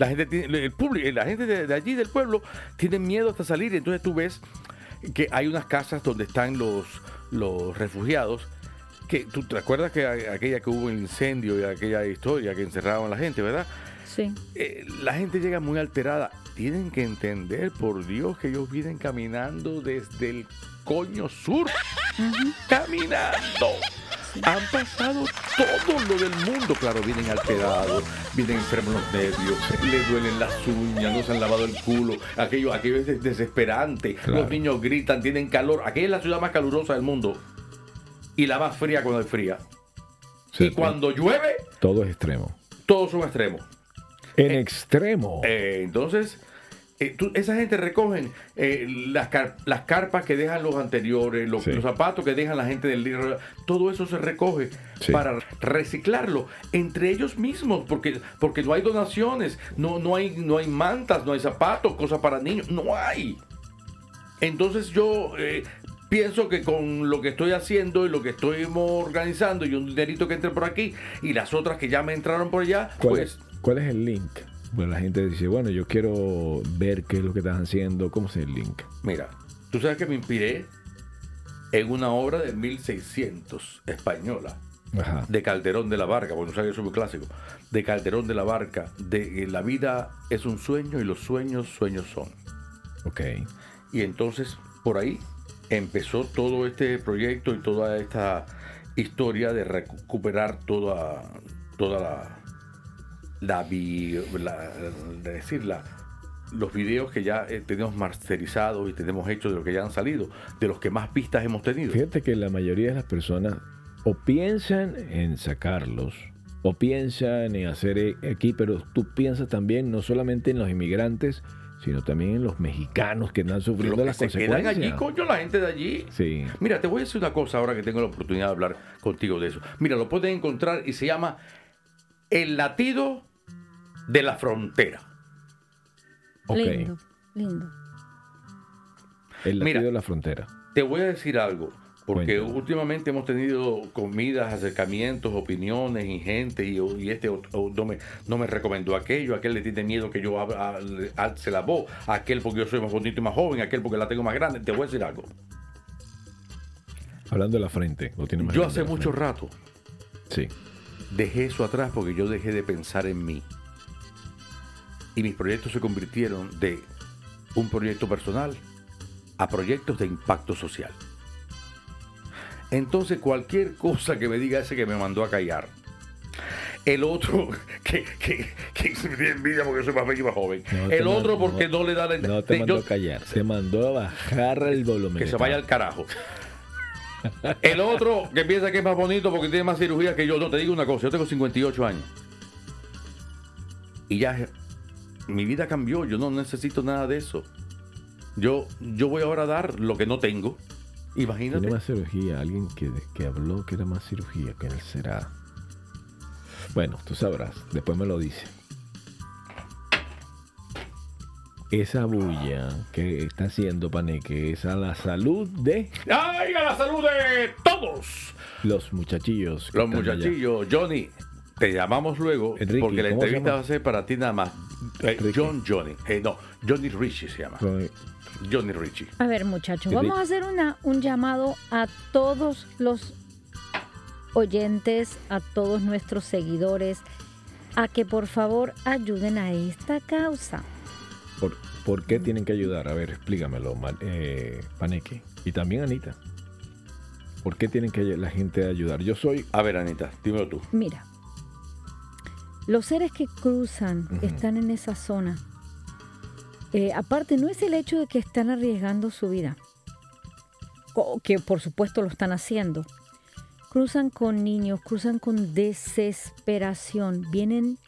B: La gente tiene- el público, la gente de, de allí del pueblo tiene miedo hasta salir. Entonces tú ves que hay unas casas donde están los, los refugiados. Que tú te acuerdas que a- aquella que hubo el incendio y aquella historia que encerraban a la gente, ¿verdad?
F: Sí.
B: Eh, la gente llega muy alterada. Tienen que entender, por Dios, que ellos vienen caminando desde el coño sur. Caminando. Han pasado todo lo del mundo. Claro, vienen alterados, vienen enfermos los nervios, les duelen las uñas, no se han lavado el culo. Aquello, aquello es des- desesperante. Los niños gritan, tienen calor. Aquella es la ciudad más calurosa del mundo. Y la más fría cuando hay fría. y cuando llueve,
A: Todo es extremo.
B: todos son extremos.
A: En extremo.
B: Eh, entonces, eh, tú- esa gente recogen eh, las, car- las carpas que dejan los anteriores, los, los zapatos que dejan la gente del líder, todo eso se recoge para reciclarlo entre ellos mismos, porque, porque no hay donaciones, no, no, hay, no hay mantas, no hay zapatos, cosas para niños, no hay. Entonces yo eh, pienso que con lo que estoy haciendo y lo que estoy organizando y un dinerito que entre por aquí y las otras que ya me entraron por allá,
A: ¿Cuál,
B: pues
A: es, cuál es el link? Bueno, la gente dice, bueno, yo quiero ver qué es lo que estás haciendo. ¿Cómo es el link?
B: Mira, tú sabes que me inspiré en una obra de 1600 española Ajá. de Calderón de la Barca, porque no sabes que es un clásico, de Calderón de la Barca, de eh, la vida es un sueño y los sueños, sueños son.
A: Ok.
B: Y entonces, por ahí empezó todo este proyecto y toda esta historia de recuperar toda, toda la, la, vi- la- de decir, la- los videos que ya eh, tenemos masterizados y tenemos hechos de los que ya han salido, de los que más vistas hemos tenido.
A: Fíjate que la mayoría de las personas o piensan en sacarlos o piensan en hacer e- aquí, pero tú piensas también no solamente en los inmigrantes, sino también en los mexicanos que están sufriendo
B: Los que
A: las
B: se quedan
A: consecuencias.
B: allí, coño, la gente de allí.
A: Sí.
B: Mira, te voy a decir una cosa ahora que tengo la oportunidad de hablar contigo de eso. Mira, lo puedes encontrar y se llama El latido de la frontera.
F: Lindo, lindo.
A: El latido
B: Mira.
A: de la frontera.
B: Te voy a decir algo, porque
A: Cuéntame.
B: últimamente hemos tenido comidas, acercamientos, opiniones y gente, y, y este o- o no, me, no me recomendó aquello, aquel le tiene miedo que yo ab- al- alce la voz, aquel porque yo soy más bonito y más joven, aquel porque la tengo más grande. Te voy a decir algo.
A: Hablando de la frente. Lo tiene más
B: Yo
A: grande
B: hace
A: la
B: mucho
A: frente.
B: rato
A: Sí.
B: dejé eso atrás porque yo dejé de pensar en mí. Y mis proyectos se convirtieron de un proyecto personal a proyectos de impacto social. Entonces cualquier cosa que me diga ese que me mandó a callar. El otro *laughs* que, que, que me tiene envidia porque soy más bello y más joven.
A: No te
B: el otro
A: mando-
B: porque no, le da la
A: No te
B: yo-
A: mandó a callar, se mandó a bajar el volumen.
B: que se vaya
A: *laughs*
B: al carajo. El otro que piensa que es más bonito porque tiene más cirugías que yo. No, te digo una cosa, yo tengo 58 años. Y ya je- mi vida cambió, yo no necesito nada de eso. Yo, yo voy ahora a dar lo que no tengo. Imagínate.
A: Tiene más cirugía, alguien que, que habló que era más cirugía, que él será. Bueno, tú sabrás, después me lo dice. Esa bulla que está haciendo Paneque es a la salud de
B: ¡Ay, a la salud de todos!
A: los muchachillos. que
B: Los
A: están allá.
B: muchachillos, Johnny, te llamamos luego
A: Enrique,
B: porque la
A: ¿cómo se
B: entrevista
A: llama?
B: va a ser para ti nada más. Eh, John Johnny. Eh, no, Johnny Richie se llama.
A: Con-
B: Johnny Richie.
F: A ver, muchachos,
B: Qué
F: vamos
B: rico.
F: a hacer una, un llamado a todos los oyentes, a todos nuestros seguidores, a que por favor ayuden a esta causa.
A: ¿Por, por qué tienen que ayudar? A ver, explícamelo, Ma- eh, Paneque. Y también Anita. ¿Por qué tienen que la gente ayudar? Yo soy.
B: A ver, Anita, dímelo tú.
F: Mira, los seres que cruzan, que están en esa zona, eh, aparte no es el hecho de que están arriesgando su vida, o que por supuesto lo están haciendo. Cruzan con niños, cruzan con desesperación, vienen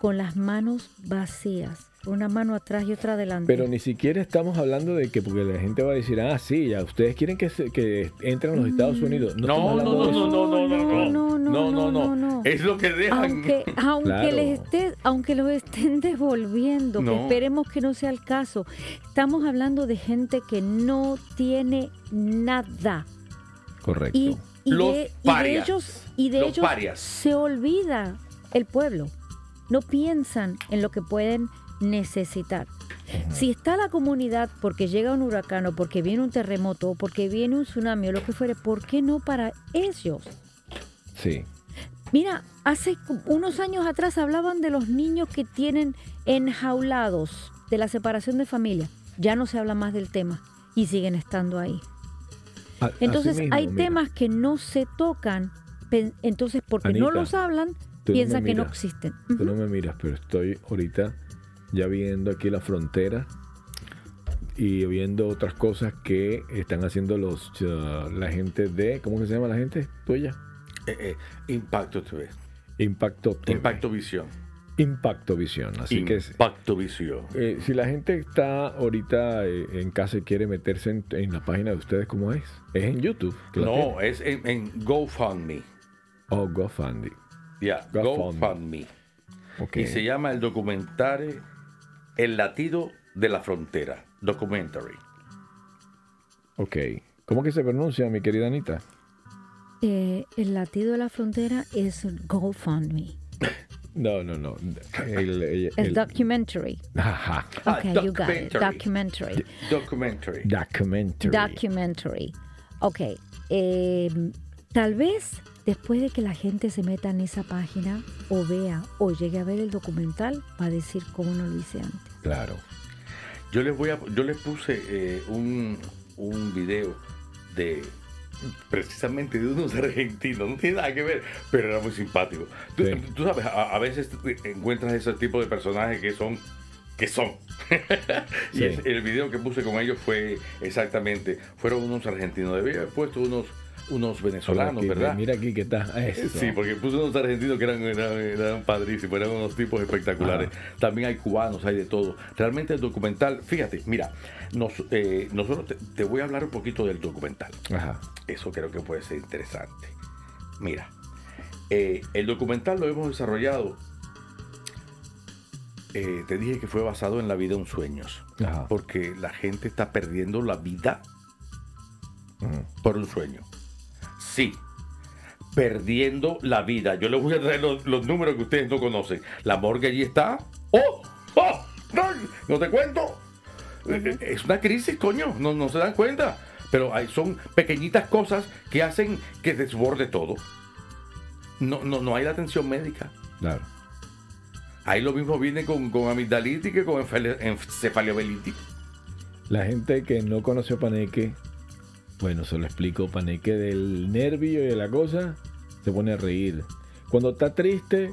F: con las manos vacías, una mano atrás y otra adelante.
A: Pero ni siquiera estamos hablando de que, porque la gente va a decir, ah, sí, ya ustedes quieren que, se- que entren a los Estados Unidos.
B: Mm, No, no, no, no, no, no, no,
F: no, no, no, no, no.
B: Es lo que dejan.
F: Aunque, aunque
B: Claro.
F: les esté- aunque los estén devolviendo, que
B: No.
F: esperemos que no sea el caso. Estamos hablando de gente que no tiene nada.
A: Correcto.
F: Y, y
A: Los
F: de, y de
A: parias.
F: ellos, y de
A: Los
F: ellos
A: parias.
F: se olvida el pueblo. No piensan en lo que pueden necesitar. Si está la comunidad porque llega un huracán o porque viene un terremoto o porque viene un tsunami o lo que fuere, ¿por qué no para ellos?
A: Sí.
F: Mira, hace cu- unos años atrás hablaban de los niños que tienen enjaulados de la separación de familia. Ya no se habla más del tema y siguen estando ahí.
A: A- así
F: Entonces
A: mismo,
F: hay
A: mira.
F: temas que no se tocan, pen- entonces porque no
A: Anita,
F: los hablan,
A: Tú no
F: piensan
A: me
F: que no
A: miras.
F: existen.
A: Tú no me miras, pero estoy ahorita ya viendo aquí la frontera y viendo otras cosas que están haciendo los uh, la gente de ¿cómo que se llama la gente? Tuya.
B: *laughs* Eh, eh, impacto TV.
A: Impacto TV.
B: Impacto Visión.
A: Impacto Visión. Así que es-
B: Impacto Visión.
A: eh, si la gente está ahorita eh, en casa y quiere meterse en, en la página de ustedes, ¿cómo es? Es en YouTube. que la tienen.
B: No, es en, en GoFundMe.
A: Oh, GoFundMe.
B: Ya, GoFundMe.
A: Ok.
B: Y se llama el documental El latido de la frontera. Documentary.
A: Ok. ¿Cómo que se pronuncia, mi querida Anita?
F: Eh, el latido de la frontera es GoFundMe,
A: No, no, no. El- el-
F: es
A: el-
F: documentary.
A: Ajá.
F: Okay, you got it. Documentary.
B: Documentary.
A: Documentary.
F: Documentary. Ok. eh, em, tal vez Después de que la gente se meta en esa página o vea o llegue a ver el documental, va a decir cómo no lo hice antes.
B: Claro. Yo les voy a, yo les puse eh, un, un video de precisamente de unos *laughs* argentinos, no tiene nada que ver, pero era muy simpático. Tú, tú sabes, a, a veces encuentras ese tipo de personajes que son que son. *laughs* y
A: Sí.
B: es- el video que puse con ellos fue exactamente, fueron unos argentinos, debía haber puesto unos unos venezolanos,
A: Aquí,
B: ¿verdad?
A: Mira aquí que está. Eso.
B: Sí, porque puse unos argentinos que eran, eran, eran padrísimos, eran unos tipos espectaculares. También hay cubanos, hay de todo. Realmente el documental, fíjate, mira, nos, eh, nosotros te, te voy a hablar un poquito del documental.
A: Ajá.
B: Eso creo que puede ser interesante. Mira, eh, el documental lo hemos desarrollado. eh, te dije que fue basado en la vida de un sueños.
A: Ajá.
B: Porque la gente está perdiendo la vida por un sueño. Sí, perdiendo la vida. Yo les voy a traer los, los números que ustedes no conocen. La morgue allí está. ¡Oh! ¡Oh! ¡No! ¿No te cuento! Eh, eh, Es una crisis, coño. No, no se dan cuenta. Pero hay- son pequeñitas cosas que hacen que desborde todo. No, no, no hay la atención médica.
A: Claro.
B: Ahí lo mismo viene con, con amigdalitis que con enfale- encefaliobelitis.
A: La gente que no conoce Paneque, bueno, se lo explico, Paneque del nervio y de la cosa, se pone a reír. Cuando está triste,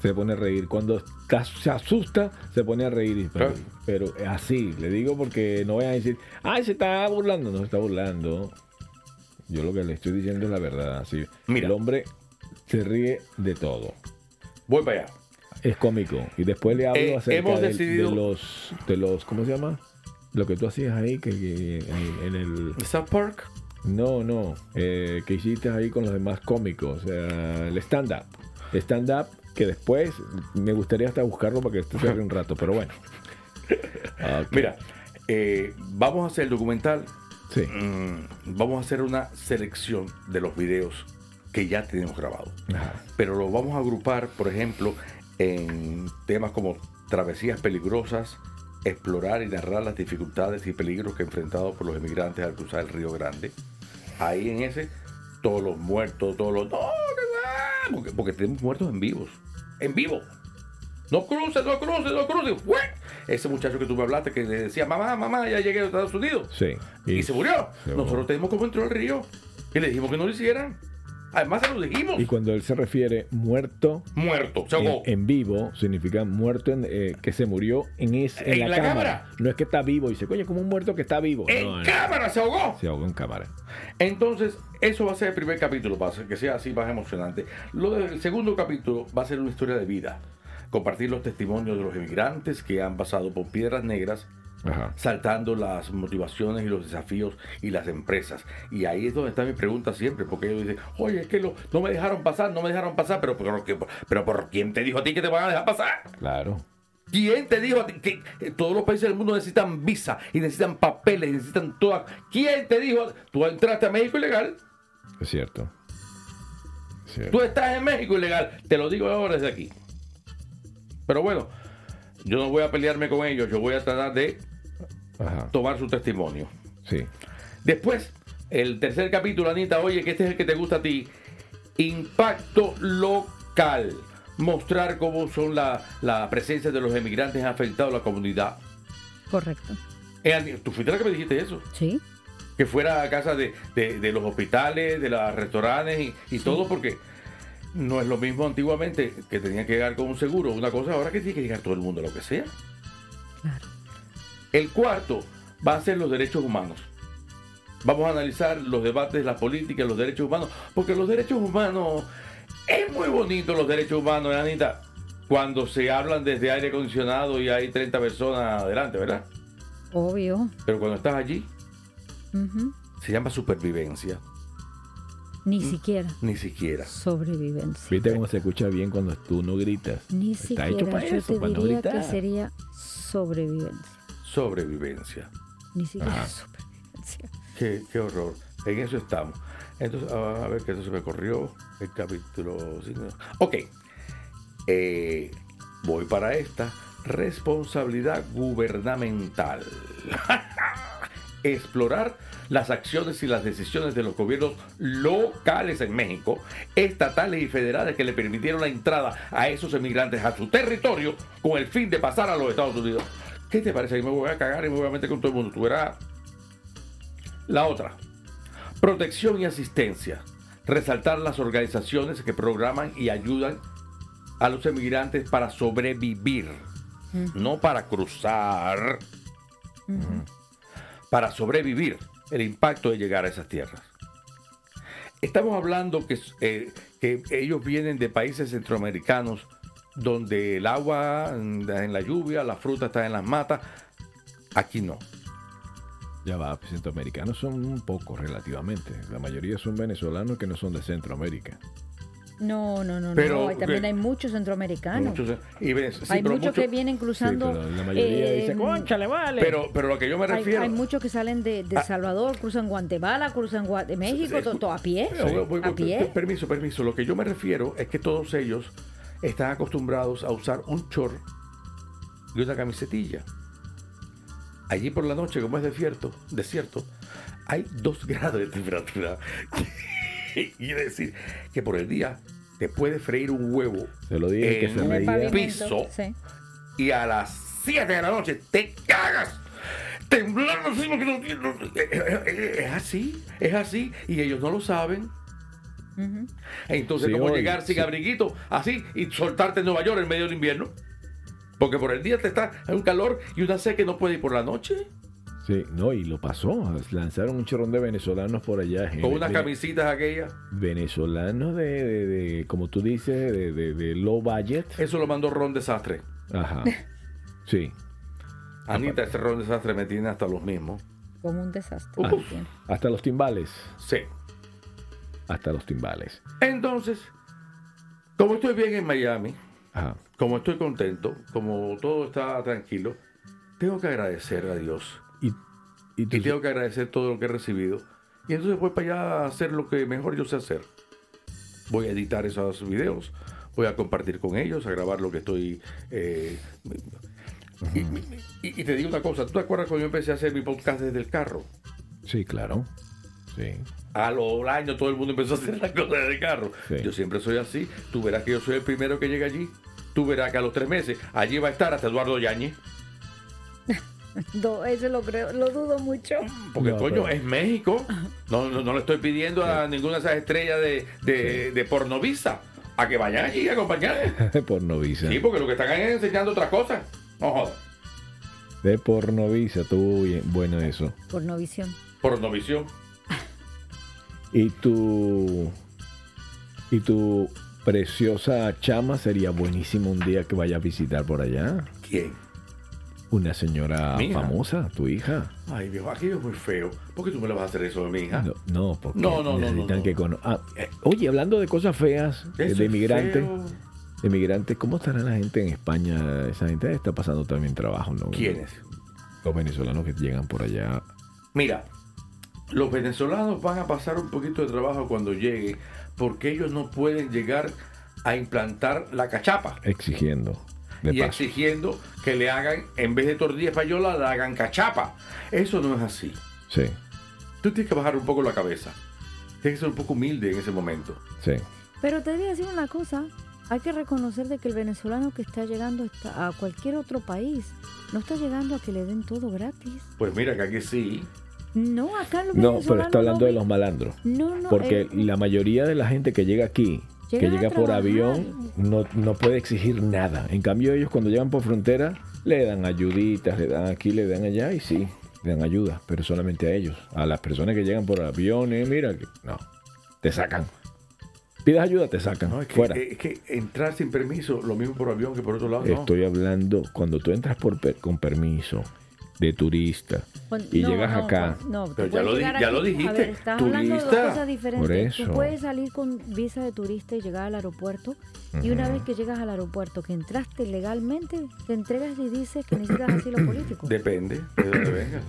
A: se pone a reír. Cuando está- se asusta, se pone a reír. Pero, pero así, le digo porque no vayan a decir, ay, se está burlando. No se está burlando. Yo lo que le estoy diciendo es la verdad. así. El hombre se ríe de todo.
B: Voy para allá.
A: Es cómico. Y después le hablo
B: Eh,
A: acerca
B: hemos
A: del-
B: decidido-
A: de los de los ¿cómo se llama? Lo que tú hacías ahí que, que en, en el
B: South Park.
A: No, no, eh, que hiciste ahí con los demás cómicos, eh, el stand up. El stand up que después me gustaría hasta buscarlo para que esto se haga un rato, pero
B: *laughs*
A: bueno.
B: Mira, eh, vamos a hacer el documental. Mm,
A: Sí.
B: vamos a hacer una selección de los videos que ya tenemos grabados. Pero lo vamos a agrupar, por ejemplo, en temas como travesías peligrosas, explorar y narrar las dificultades y peligros que enfrentados por los emigrantes al cruzar el Río Grande. Ahí en ese, todos los muertos, todos los... ¡No, que va! Porque, porque tenemos muertos en vivos. En vivo. No cruces, no cruces, no cruces. ¡Fue! Ese muchacho que tú me hablaste que le decía, mamá, mamá, ya llegué a Estados Unidos.
A: Sí.
B: Y, se murió.
A: se murió.
B: Nosotros tenemos como entró el río. Y le dijimos que no lo hicieran. Además se lo dijimos.
A: Y cuando él se refiere muerto,
B: Muerto, se
A: en,
B: ahogó.
A: en vivo significa muerto en, eh, que se murió en, es- en,
B: En
A: la,
B: la
A: cámara. No es que está vivo, dice, coño, como un muerto que está vivo.
B: En
A: No, no.
B: cámara se ahogó.
A: Se ahogó en cámara.
B: Entonces, eso va a ser el primer capítulo, para que sea así más emocionante. Lo del segundo capítulo va a ser una historia de vida. Compartir los testimonios de los emigrantes que han pasado por piedras negras, saltando las motivaciones y los desafíos y las empresas. Y ahí es donde está mi pregunta siempre, porque ellos dicen, oye, es que lo- no me dejaron pasar, no me dejaron pasar, pero, por qué- pero ¿por quién te dijo a ti que te van a dejar pasar?
A: Claro.
B: ¿Quién te dijo a ti que eh, todos los países del mundo necesitan visa y necesitan papeles, y necesitan todas? ¿Quién te dijo? Tú entraste a México ilegal,
A: Es cierto. Es cierto.
B: tú estás en México ilegal, te lo digo ahora desde aquí. Pero bueno, yo no voy a pelearme con ellos, yo voy a tratar de
A: Ajá.
B: tomar su testimonio.
A: Sí.
B: Después, el tercer capítulo, Anita, oye, que este es el que te gusta a ti. Impacto local. Mostrar cómo son la, la presencia de los emigrantes afectados a la comunidad.
F: Correcto.
B: Eh, Andy, ¿Tú fuiste la que me dijiste eso?
F: Sí.
B: Que fuera a casa de, de- de los hospitales, de los restaurantes y, y todo, porque no es lo mismo antiguamente que tenían que llegar con un seguro, una cosa, ahora que tiene que llegar todo el mundo, lo que sea. El cuarto va a ser los derechos humanos. Vamos a analizar los debates de la política, los derechos humanos, porque los derechos humanos, es muy bonito los derechos humanos, Anita, cuando se hablan desde aire acondicionado y hay 30 personas adelante, ¿verdad?
F: Obvio.
B: Pero cuando estás allí,
F: Ujú.
B: se llama supervivencia,
F: Ni siquiera
B: ni siquiera.
F: sobrevivencia.
A: Viste cómo se escucha bien cuando tú no gritas.
F: Ni
A: Está
F: siquiera.
A: hecho para
F: Yo
A: eso,
F: te
A: para no
F: diría que
A: gritar.
F: sería sobrevivencia.
B: Sobrevivencia.
F: Ni siquiera
B: Ajá.
F: sobrevivencia.
B: Qué, qué horror. En eso estamos. Entonces, ah, a a ver que eso se me corrió. El capítulo. cinco. Ok. Eh, voy para esta. Responsabilidad gubernamental. *laughs* explorar las acciones y las decisiones de los gobiernos locales en México, estatales y federales que le permitieron la entrada a esos emigrantes a su territorio con el fin de pasar a los Estados Unidos. ¿Qué te parece? Ahí me voy a cagar y me voy a meter con todo el mundo. Tú verás. La otra, protección y asistencia. Resaltar las organizaciones que programan y ayudan a los emigrantes para sobrevivir, no para cruzar, para sobrevivir el impacto de llegar a esas tierras. Estamos hablando que, eh, que ellos vienen de países centroamericanos donde el agua anda en la lluvia, la fruta está en las matas. Aquí no.
A: Ya va, pues, centroamericanos son un poco relativamente. La mayoría son venezolanos que no son de Centroamérica.
F: No, no, no,
A: Pero,
F: no. Hay- También
A: eh,
F: hay muchos centroamericanos.
B: Muchos- y ves- sí,
F: Ah, hay
B: pero
F: muchos que vienen cruzando. em,
A: pero la mayoría dice,
F: Eh, "Cónchale, vale".
B: Pero, pero lo que yo me
F: Hay-
B: refiero.
F: Hay, muchos que salen de, de
B: Ah.
F: Salvador, cruzan Guatemala, cruzan Gua- de México, todo, todo a pie.
B: Pero, voy- voy-
F: a
B: voy-
F: pie.
B: Permiso, permiso. Lo que yo me refiero es que todos ellos están acostumbrados a usar un short y una camisetilla. Allí por la noche, como es desierto, desierto hay dos *laughs* grados de temperatura. *laughs* Quiere decir que por el día te puede freír un huevo
A: Se lo dije que
B: en
A: se
B: un
A: reía.
B: piso
F: Sí.
B: y a las 7 de la noche te cagas. Temblando así, porque no- no- no- es así, es así, y ellos no lo saben. Entonces,
A: Sí,
B: ¿cómo
A: oye,
B: llegar sin
A: sí.
B: abriguito así y soltarte en Nueva York en medio del invierno? Porque por el día te está hay un calor y una sed que no puede ir por la noche.
A: Sí, no, y lo pasó. Lanzaron un chorrón de venezolanos por allá.
B: Con
A: gente-
B: unas camisitas aquellas.
A: Venezolanos de, de- de- como tú dices, de, de- de low budget.
B: Eso lo mandó Ron Desastre.
A: Ajá. Sí.
B: Anita, ese Ron Desastre me tiene hasta los mismos.
F: Como un desastre.
A: Ah,
F: *laughs*
A: hasta los timbales.
B: Sí.
A: Hasta los timbales.
B: Entonces, como estoy bien en Miami,
A: Ajá.
B: como estoy contento, como todo está tranquilo, tengo que agradecer a Dios.
A: Y,
B: tengo que agradecer todo lo que he recibido. Y entonces voy para allá a hacer lo que mejor yo sé hacer. Voy a editar esos videos, voy a compartir con ellos, a grabar lo que estoy... eh, y, y- y te digo una cosa, ¿tú te acuerdas cuando yo empecé a hacer mi podcast desde el carro?
A: Sí, claro. Sí. *laughs*
B: A los años todo el mundo empezó a hacer las cosas del carro. Yo siempre soy así. Tú verás que yo soy el primero que llega allí. Tú verás que a los tres meses allí va a estar hasta Eduardo Yañez.
F: Do- ese lo creo, lo dudo mucho.
B: Porque
A: No,
B: coño,
A: pero-
B: es México. No, no, no le estoy pidiendo a ninguna de esas estrellas de, de, de pornovisa a que vayan allí a acompañar.
A: De pornovisa.
B: Sí, porque lo que están ahí es enseñando otras cosas. No jodas.
A: De pornovisa. Estuvo bien. Bueno eso.
F: Por no visión.
B: Pornovisión.
A: Y tu. Y tu preciosa chama sería buenísimo un día que vaya a visitar por allá.
B: ¿Quién?
A: Una señora
B: Mi hija.
A: famosa, tu hija.
B: Ay, Dios, aquello es muy feo. ¿Por qué tú me le vas a hacer eso a mi hija?
A: No, no, porque
B: No, no, no,
A: necesitan
B: no, no.
A: que cono- Ah, eh, oye, hablando de cosas feas, eh,
B: Eso
A: de
B: es
A: migrantes,
B: feo.
A: de migrantes, ¿cómo estará la gente en España? Esa gente está pasando también trabajo, ¿no?
B: ¿Quiénes?
A: Los venezolanos que llegan por allá.
B: Mira, los venezolanos van a pasar un poquito de trabajo cuando lleguen porque ellos no pueden llegar a implantar la cachapa.
A: Exigiendo. De
B: y
A: paso.
B: exigiendo que le hagan, en vez de tortilla española, le hagan cachapa. Eso no es así.
A: Sí,
B: Tú tienes que bajar un poco la cabeza. Tienes que ser un poco humilde en ese momento.
A: sí.
F: Pero te voy a decir una cosa. Hay que reconocer de que el venezolano que está llegando está- a cualquier otro país no está llegando a que le den todo gratis.
B: Pues mira que aquí sí.
F: No, acá los
A: No,
F: venezolanos
A: pero está hablando
F: no
A: de los malandros.
F: No, no,
A: Porque
F: eh,
A: la mayoría de la gente que llega aquí, que
F: Llegan a
A: llega por
F: trabajar.
A: avión, no, no puede exigir nada. En cambio, ellos cuando llegan por frontera, le dan ayuditas, le dan aquí, le dan allá y sí, le dan ayuda, pero solamente a ellos. A las personas que llegan por aviones, mira, que- no, te sacan. Pidas ayuda, te sacan.
B: No, es que,
A: Fuera.
B: es que entrar sin permiso, lo mismo por avión que por otro lado. no.
A: Estoy hablando, cuando tú entras por per- con permiso de turista
F: Bueno,
A: y
F: no,
A: llegas
F: no,
A: acá.
F: pues, no, tú puedes llegar aquí- A ver, estás hablando de dos cosas diferentes.
A: Por eso.
F: Tú puedes salir con visa de turista y llegar al aeropuerto. Y una
A: Ujú.
F: vez que llegas al aeropuerto, que entraste legalmente, te entregas y dices que necesitas
A: *coughs*
F: asilo político.
B: Depende de dónde vengas.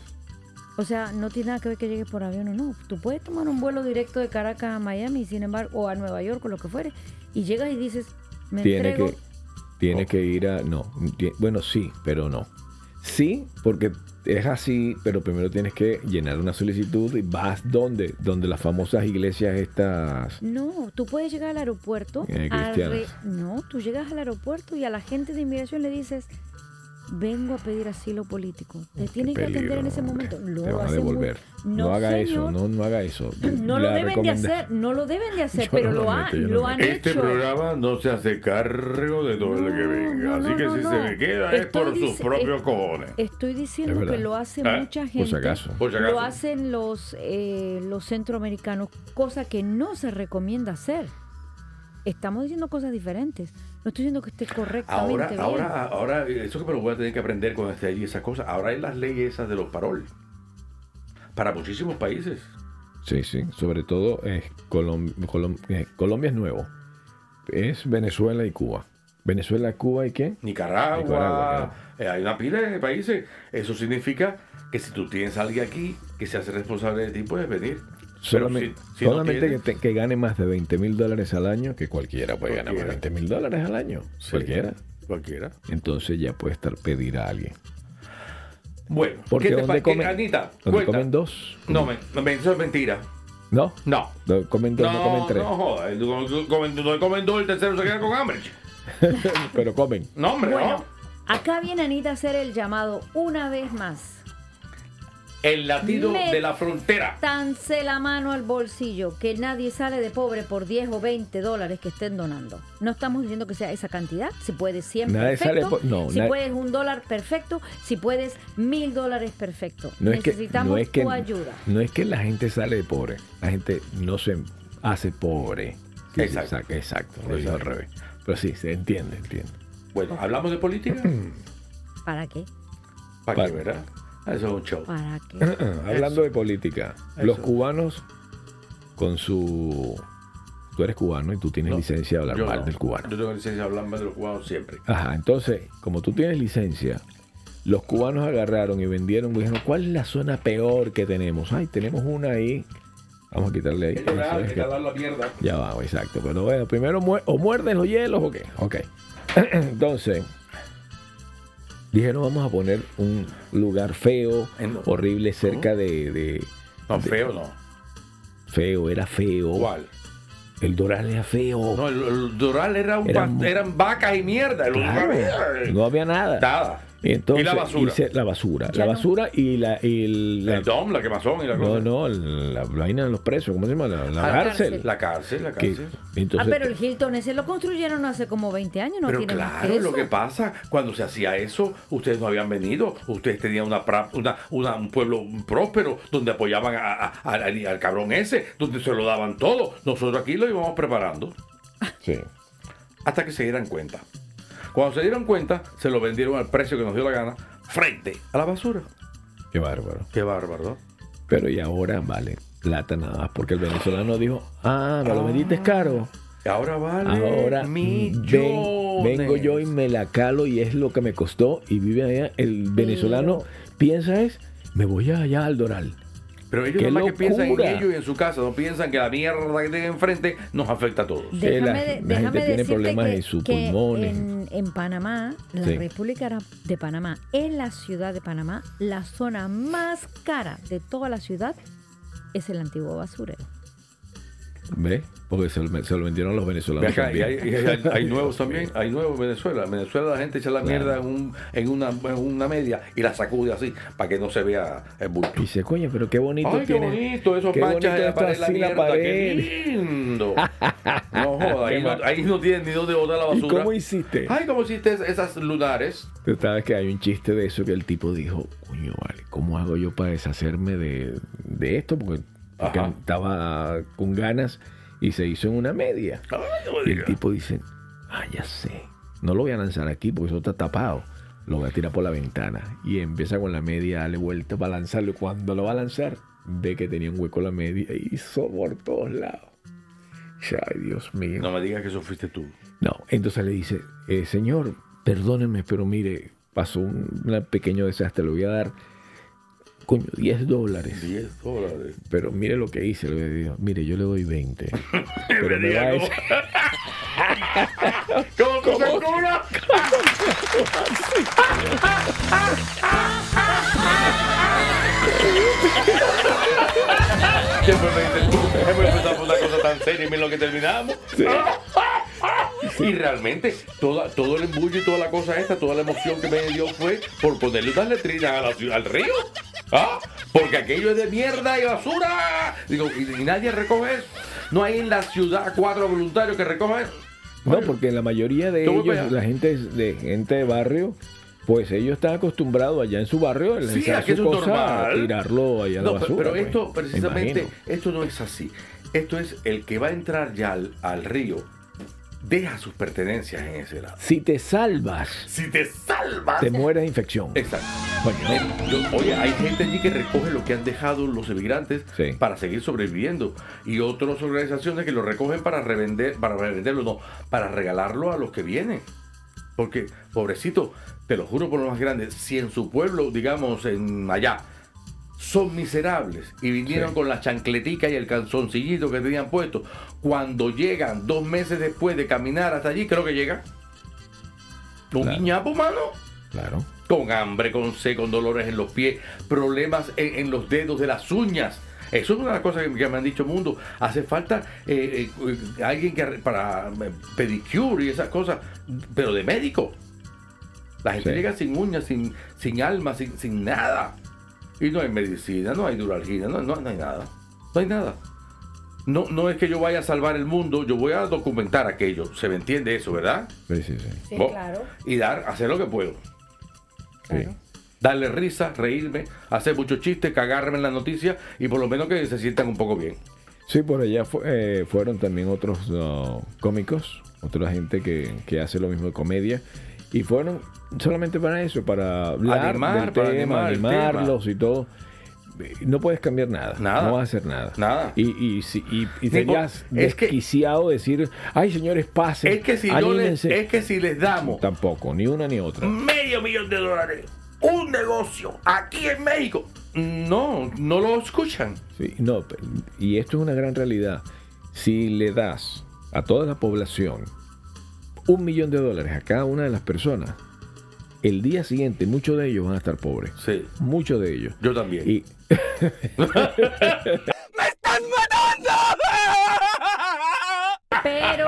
F: O sea, no tiene nada que ver que llegues por avión o no. Tú puedes tomar un vuelo directo de Caracas a Miami, sin embargo, o a Nueva York o lo que fuere, y llegas y dices, me
A: tiene
F: entrego.
A: que tiene que ir a no ti- bueno sí pero no Sí, porque es así, pero primero tienes que llenar una solicitud y vas donde, donde las famosas iglesias estas.
F: No, tú puedes llegar al aeropuerto.
A: Eh,
F: al
A: cristianas.
F: no, tú llegas al aeropuerto y a la gente de inmigración le dices, vengo a pedir asilo político. Te tienen que atender en
A: peligro,
F: ese momento. No,
A: te van a
F: hace muy-
A: devolver. No,
F: No,
A: haga eso,
F: señor.
A: no, no haga eso.
F: *clears throat*
A: La
F: No lo deben de
A: recomenda-
F: hacer, no lo
A: *laughs*
F: deben de hacer,
A: Yo
F: pero
A: no
F: lo,
A: me
F: ha-
A: meto, yo no
F: lo
A: me
F: *clears throat* han
A: meto.
B: Este
F: hecho.
B: programa no se hace cargo de todo el que venga. Así que si se me queda es
F: Estoy
B: por sus
F: dic-
B: propios
F: eh,
B: cojones.
F: Estoy
B: Es
F: diciendo
B: verdad.
F: que lo hace
B: Ah,
F: mucha
B: por si
F: gente.
B: acaso. Por si acaso.
F: Lo hacen los, eh, los centroamericanos, cosa que no se recomienda hacer. Estamos diciendo cosas diferentes. No estoy diciendo que esté correctamente
B: Ahora,
F: bien.
B: ahora, ahora, eso que me lo voy a tener que aprender cuando esté allí, esas cosas. Ahora hay las leyes esas de los parol. Para muchísimos países.
A: Sí, sí, sobre todo eh, Colom- Colom- eh, Colombia es nuevo. Es Venezuela y Cuba. Venezuela, Cuba y qué?
B: Nicaragua,
A: Nicaragua,
B: eh, hay una pila de países. Eso significa que si tú tienes a alguien aquí que se hace responsable de ti, puedes venir. Pero
A: Solamente,
B: si- si no
A: solamente
B: tienes-
A: que, te- que gane más de 20 mil dólares al año, que cualquiera puede ganar más de 20 mil dólares al año. Cualquiera.
B: Cualquiera.
A: Entonces ya puede estar pedir a alguien.
B: Bueno,
A: Porque
B: ¿qué te
A: donde
B: pa- qué,
A: comen,
B: Anita,
A: donde
B: cuenta.
A: comen dos,
B: No, me, no, me- eso es mentira.
A: ¿no?
B: No.
A: Donde comen dos, no, comen tres.
B: no jodas. El- el- comen- donde comen dos, el tercero se queda con hambre.
A: Pero comen.
B: No, hombre,
F: Bueno.
B: no.
F: Acá viene Anita a hacer el llamado una vez más.
B: El latido
F: Me-
B: de la frontera.
F: Tanse la mano al bolsillo, que nadie sale de pobre por 10 o 20 dólares que estén donando. No estamos diciendo que sea esa cantidad, si puedes 100,
A: Nadie sale
F: perfecto.
A: po- no,
F: si
A: nadie-
F: puedes un dólar, perfecto. Si puedes mil dólares, perfecto.
A: No es que,
F: Necesitamos
A: no es que,
F: tu ayuda.
A: No es que la gente sale de pobre. La gente no se hace pobre. Sí,
B: Exacto.
A: Exacto. exacto, lo digo al revés. Pero sí, se entiende, entiende.
B: Bueno, hablamos
A: *clears throat*
B: de política.
F: ¿Para qué?
B: ¿Para qué, verdad? Eso es un show.
F: ¿Para qué?
A: *coughs* Hablando de política, los cubanos con su... Tú eres cubano y tú tienes licencia de hablar
B: Yo
A: mal
B: no.
A: del cubano.
B: Yo tengo licencia de hablar mal de los cubanos siempre.
A: Ajá, entonces, como tú tienes licencia, los cubanos agarraron y vendieron, dijeron, ¿cuál es la zona peor que tenemos? Ay, tenemos una ahí. Vamos a quitarle ahí.
B: Hay que hablar,
A: Eso
B: hay
A: es
B: que
A: que-
B: hablar la mierda.
A: Ya vamos, exacto. Pero bueno, primero mue- o muerden los hielos o qué. Ok. *coughs* Entonces, dijeron vamos a poner un lugar feo, horrible, cerca de, de-
B: No,
A: de-
B: feo no.
A: Feo, era feo.
B: ¿Cuál?
A: El Doral era feo.
B: No, el, el Doral era un
A: Eran-
B: past- eran vacas y mierda. El
A: Claro,
B: lugar-
A: no había nada.
B: Nada.
A: Y, entonces,
B: Y la basura.
A: se- la basura.
B: Ya
A: la
B: no.
A: basura y la... y la-
B: El dom, la quemazón y la
A: no,
B: cosa.
A: no, la vaina de los presos, ¿cómo se llama? La, la
B: Ah,
A: cárcel.
B: La cárcel, la
A: Que-
B: cárcel.
A: entonces- eh,
F: ah, pero el Hilton ese lo construyeron hace como 20 años, no
B: Pero
F: tiene más
B: claro,
F: que eso.
B: lo que pasa, cuando se hacía eso, ustedes no habían venido, ustedes tenían una, pra- una- una- un pueblo próspero donde apoyaban a- a- a- al, al cabrón ese, donde se lo daban todo. Nosotros aquí lo íbamos preparando.
A: Sí.
B: Hasta que se dieran cuenta. Cuando se dieron cuenta, se lo vendieron al precio que nos dio la gana, frente a la basura.
A: Qué bárbaro.
B: Qué bárbaro.
A: Pero y ahora vale plata nada más, porque el venezolano dijo, ah, me lo vendiste caro.
B: Ahora vale
A: Ahora mm, ven-
B: millones.
A: vengo yo y me la calo y es lo que me costó y vive allá. El venezolano piensa es, me voy allá al Doral.
B: Pero ellos
A: ¡Qué
B: nomás que piensan en
A: locura!
B: ellos y en su casa, no piensan que la mierda que tienen enfrente nos afecta a todos.
A: Que Pues, eh, la-
F: Déjame, de-
A: la gente
F: déjame
A: tiene
F: decirte
A: problemas
F: que,
A: en sus
F: que
A: pulmones.
F: En, en Panamá, la
A: Sí.
F: República Ra- de Panamá, en la ciudad de Panamá, la zona más cara de toda la ciudad es el antiguo basurero.
A: ¿Ves? Porque se lo, se lo vendieron los
B: Ve
A: venezolanos.
B: acá, y
A: también.
B: hay, y hay- hay nuevos
A: *laughs*
B: también, hay nuevos en Venezuela. En Venezuela la gente echa la
A: Claro.
B: mierda en, un- en una, en una media y la sacude así para que no se vea el bulto.
A: Dice, coño, pero qué bonito
B: Ay, qué
A: tiene-
B: bonito, esos
A: qué
B: manchas de la
A: bonito
B: pared,
A: está
B: la
A: así
B: mierda, qué
A: *laughs*
B: lindo. No joda, ahí,
A: Qué
B: no,
A: mal.
B: ahí no tienen ni dónde botar la
A: ¿Y
B: basura.
A: cómo hiciste?
B: Ay, ¿cómo hiciste es- esas lunares?
A: Tú sabes que hay un chiste de eso que el tipo dijo, coño, vale, ¿cómo hago yo para deshacerme de, de esto? Porque, porque
B: Ajá.
A: estaba con ganas y se hizo en una media. y el tipo dice, ah, ya sé, no lo voy a lanzar aquí porque eso está tapado. Lo voy a tirar por la ventana. Y empieza con la media, dale vuelta para lanzarlo. Y cuando lo va a lanzar, ve que tenía un hueco la media y hizo por todos lados. Ay, Dios mío.
B: No me digas que eso fuiste tú.
A: No, entonces le dice, eh, señor, perdónenme, pero mire, pasó un, un pequeño desastre, le voy a dar coño, 10 dólares.
B: 10 dólares.
A: Pero mire lo que hice. Le digo, mire, yo le doy 20. pero me
B: Venía,
A: va a
B: ¿no?
A: decir-
G: ¿Cómo, cómo,
B: Siempre me dicen, siempre empezamos una cosa tan seria y mira lo que terminamos. Y realmente, toda, todo el embullo y toda la cosa esta, toda la emoción que me dio fue por ponerle unas letrinas a la ciudad- al río. ¿Ah? Porque aquello es de mierda y basura. Digo, y, y nadie recoge eso. No hay en la ciudad cuatro voluntarios que recojan eso.
A: No, porque la mayoría de
B: Yo voy para
A: ellos,
B: allá.
A: la gente es de gente de barrio, pues ellos están acostumbrados allá en su barrio, en
B: Sí,
A: esa-
B: a que
A: su
B: eso es
A: cosa,
B: normal.
A: a tirarlo allá a
B: No,
A: la
B: pe-
A: basura.
B: pero
A: pues.
B: esto
A: Me
B: precisamente,
A: imagino.
B: esto no es así. Esto es el que va a entrar ya al, al río, deja sus pertenencias en ese lado.
A: Si te salvas,
B: Si te salvas,
A: te mueres de infección.
B: Exacto.
A: Coño, ¿no?
B: Eh, yo- oye, hay gente allí que recoge lo que han dejado los emigrantes
A: Sí.
B: para seguir sobreviviendo. Y otras organizaciones que lo recogen para revender, para revenderlo, no, para regalarlo a los que vienen. Porque, pobrecito, te lo juro por lo más grande, si en su pueblo, digamos, en allá, son miserables y vinieron con la chancletica y el calzoncillito que tenían puesto, cuando llegan dos meses después de caminar hasta allí, creo que llegan. Un guiñapo, mano.
A: Claro.
B: Con hambre, con sed, con dolores en los pies, problemas en, en los dedos de las uñas. Eso es una de las cosas que, que me han dicho mundo. Hace falta eh, eh, eh, alguien que arre- para eh, pedicure y esas cosas, pero de médico. La gente
A: Sí.
B: llega sin uñas, sin, sin alma, sin, sin nada. Y no hay medicina, no hay duralgina, no, no- no hay nada. No hay nada. No, no es que yo vaya a salvar el mundo, yo voy a documentar aquello. Se me entiende eso, ¿verdad?
A: Sí, sí, sí.
F: Sí,
B: Bo-
F: claro.
B: Y dar, hacer lo que puedo. Darle risa, reírme, hacer muchos chistes, cagarme en las noticias y por lo menos que se sientan un poco bien.
A: Sí, por allá fu- eh, fueron también otros no, cómicos, otra gente que, que hace lo mismo de comedia. Y fueron solamente para eso, para hablar
B: Animar,
A: del
B: para
A: tema,
B: animar el
A: animarlos y todo. Eh, No puedes cambiar nada,
B: Nada.
A: no vas a hacer nada.
B: Nada.
A: Y, y, si- y, y
B: Ni
A: serías
B: por- es que-
A: desquiciado decir, ay señores, pasen,
B: Es que si, no les,
A: anímense".
B: es que si les damos
A: Tampoco, ni una ni otra.
B: medio millón de dólares, un negocio aquí en México, no, no lo escuchan.
A: Sí, no, pe- y esto es una gran realidad. Si le das a toda la población un millón de dólares a cada una de las personas, el día siguiente muchos de ellos van a estar pobres.
B: Sí.
A: Muchos de ellos.
B: Yo también.
A: Y
F: Pero,
A: *laughs* Pero-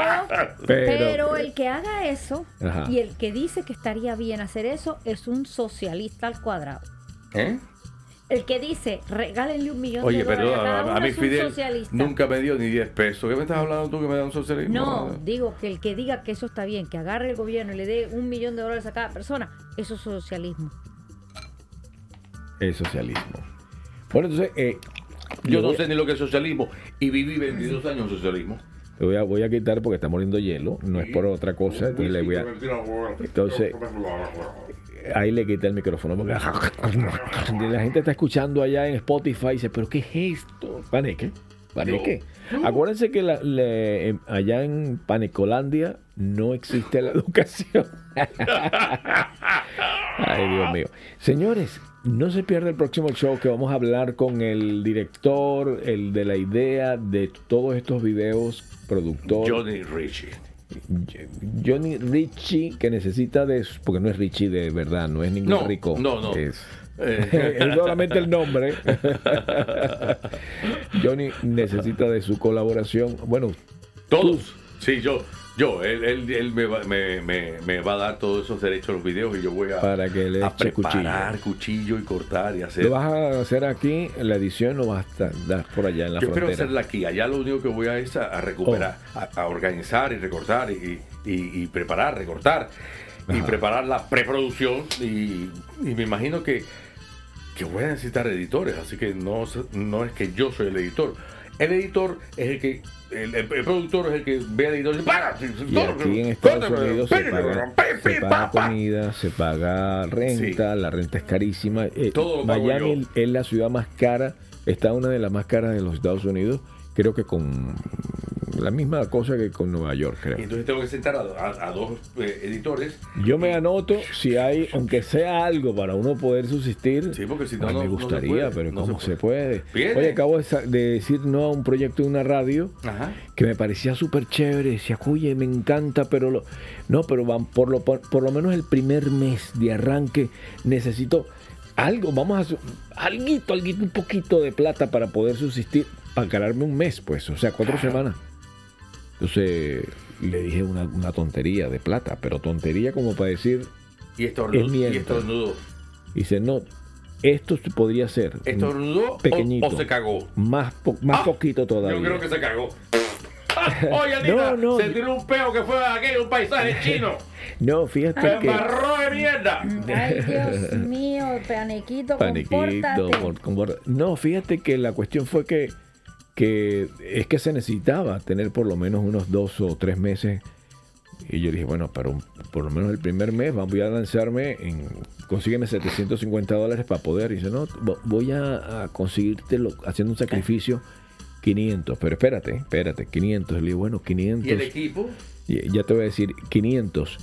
F: pero, el que haga eso
A: Ajá.
F: y el que dice que estaría bien hacer eso es un socialista al cuadrado.
B: ¿Eh?
F: El que dice, regálenle un millón
B: Oye,
F: de dólares
B: perdón,
F: a cada
B: a,
F: uno
B: a mí
F: es un
B: Fidel
F: socialista.
B: nunca me dio ni 10 pesos. ¿Qué me estás hablando tú que me da un socialismo?
F: No, digo que el que diga que eso está bien, que agarre el gobierno y le dé un millón de dólares a cada persona, eso es socialismo.
A: el socialismo. Bueno, entonces, eh,
B: Yo
A: le
B: no
A: voy-
B: sé ni lo que es socialismo y viví 22 años en socialismo.
A: le voy a, voy a quitar porque está muriendo hielo, no es por otra cosa.
B: Pues
A: Y le voy a, entonces, ahí le quité el micrófono porque *laughs* la gente está escuchando allá en Spotify y dice, pero ¿qué es esto? Paneque, paneque. Acuérdense que la- la- en- allá en Panecolandia no existe la educación. *laughs* Ay, Dios mío. Señores, no se pierda el próximo show que vamos a hablar con el director, el de la idea de todos estos videos, productor.
B: Johnny Richie.
A: Johnny Richie que necesita de su- porque no es Richie de verdad, no es ningún
B: No,
A: rico.
B: no, no.
A: Es, *laughs*
B: Eh.
A: es solamente el
B: *laughs*
A: nombre. Johnny necesita de su colaboración. Bueno,
B: Todos. Sí, yo. Yo, él, él, él me, va, me, me- me va a dar todos esos derechos a los videos y yo voy a,
A: Para que le
B: a
A: eche
B: preparar cuchillo. y cortar y hacer.
A: lo vas a hacer aquí, la edición lo vas a dar por allá en la
B: yo
A: frontera.
B: espero
A: Oh.
B: hacerla aquí. Allá lo único que voy a es a, a recuperar, a, a organizar y recortar y, y- y preparar, recortar y preparar la preproducción. Y, y me imagino que, que voy a necesitar editores, así que no, se- no es que yo soy el editor. El editor es el que. El, el- el productor es el que ve al editor y dice: ¡Para!
A: Y aquí en Estados Unidos se paga, se paga comida, se paga renta, la renta es carísima. Eh,
B: Todo lo pago
A: Miami es la ciudad más cara, está una de las más caras de los Estados Unidos, creo que con la misma cosa que con Nueva York, creo.
B: Entonces tengo que sentar a, a- a dos eh, editores.
A: Yo me anoto si hay, aunque sea algo para uno poder subsistir. Sí, porque
B: si no, no-
A: me
B: no se
A: gustaría,
B: puede,
A: pero
B: no
A: ¿cómo
B: se
A: se puede?
B: Viene.
A: Oye, acabo de, sa- de decir no a un proyecto de una radio
B: Ajá.
A: que me parecía súper chévere. Decía, oye, me encanta, pero lo, no, pero van, por, lo, por, por lo menos el primer mes de arranque necesito algo, vamos a. su- Alguito, alguito, un poquito de plata para poder subsistir, para ganarme un mes, pues, o sea, cuatro semanas. Entonces le dije una, una tontería de plata, pero tontería como para decir.
B: Y estornudó.
A: Es
B: Y
A: miento.
B: estornudó.
A: Dice, no, esto se podría ser.
B: ¿Estornudó o-
A: pequeñito.
B: o se cagó? Ah,
A: Más, po- más poquito todavía.
B: Yo creo que se cagó. *laughs* Oye, Anita,
A: No, no.
B: se tiró un peo que fue aquello, un paisaje
A: *laughs*
B: chino.
A: No,
B: ¡Me
A: fíjate que.
B: embarró de mierda!
F: *laughs* Ay, Dios mío, paniquito,
A: Paniquito,
F: compórtate.
A: por- compor- No, fíjate que la cuestión fue que, que es que se necesitaba tener por lo menos unos dos o tres meses. Y yo dije, bueno, pero un- por lo menos el primer mes va- voy a lanzarme en. Consígueme 750 dólares para poder. Y dice, no, vo- voy a, a conseguírtelo haciendo un sacrificio 500. Pero espérate, espérate, 500. Y le digo, bueno, 500.
B: ¿Y el equipo?
A: Y- Ya te voy a decir, 500.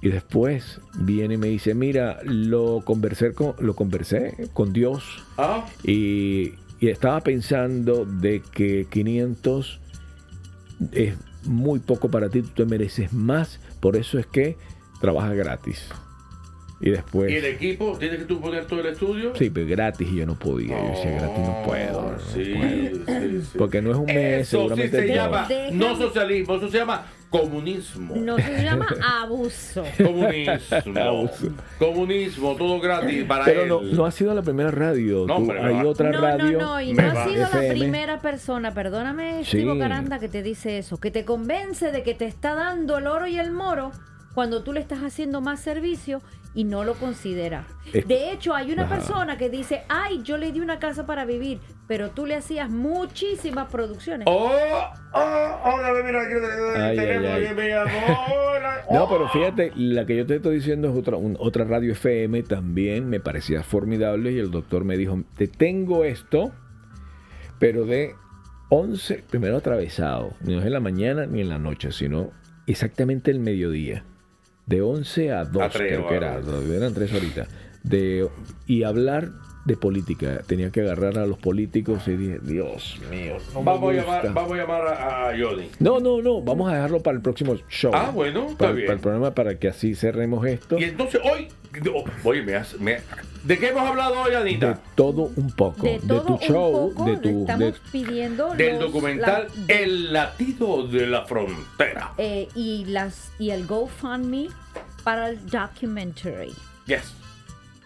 A: Y después viene y me dice, mira, lo conversé con, lo conversé con Dios.
B: Ah.
A: Y, y estaba pensando de que 500 es muy poco para ti, tú te mereces más. Por eso es que trabajas gratis. Y después...
B: ¿Y el equipo? ¿Tienes que tú poner todo el estudio?
A: Pues. Sí, pero gratis y yo no podía. Yo decía, gratis no puedo. no puedo". Porque no es un mes,
B: Oh, Eso sí
A: seguramente.
B: se
A: no.
B: llama
F: Déjame-
B: no socialismo, eso se llama comunismo.
F: No se llama abuso.
A: *laughs*
B: Comunismo. comunismo, todo gratis para
A: Pero
B: él.
A: no, no ha sido la primera radio.
B: No,
A: Tú-
B: hombre, me
A: hay
B: va.
A: otra
F: No,
A: radio.
F: no, no, y no ha sido la
A: FM.
F: primera persona, perdóname,
A: Sí.
F: Chivo Caranda, que te dice eso, que te convence de que te está dando el oro y el moro cuando tú le estás haciendo más servicio y no lo considera.
P: Es-
F: De hecho, hay una
P: Ajá.
F: persona que dice, ay, yo le di una casa para vivir, pero tú le hacías muchísimas producciones.
B: ¡Oh! ¡Oh! ¡Hola, mira! aquí
A: Ay,
B: tenemos,
A: ay, ay. *laughs*
B: mi amor. Oh,
A: No, pero fíjate, la que yo te estoy diciendo es otra, un- otra radio FM también, me parecía formidable y el doctor me dijo, te tengo esto, pero de 11, primero atravesado, no es en la mañana ni en la noche, sino exactamente el mediodía, de 11 a 2,
B: A tres
A: creo que era,
B: horas.
A: eran 3 horitas, de, y hablar de política, tenía que agarrar a los políticos y dije, Dios mío, no me
B: Vamos a
A: gusta".
B: llamar, vamos a, llamar a, a Johnny.
A: No, no, no, vamos a dejarlo para el próximo show.
B: Ah, bueno, está
A: para,
B: bien.
A: Para el programa, para que así cerremos esto.
B: Y entonces hoy. oh, Oye, me has- me- ¿de qué hemos hablado hoy,
A: De
B: Anita?
A: todo un poco. De,
F: todo
A: tu
F: un
A: show,
F: poco,
A: de
F: le
A: tu.
F: estamos pidiendo
B: Del
F: los-
B: documental
F: la-
B: El latido de la frontera.
F: eh, y las y el GoFundMe para el documentary.
B: Yes.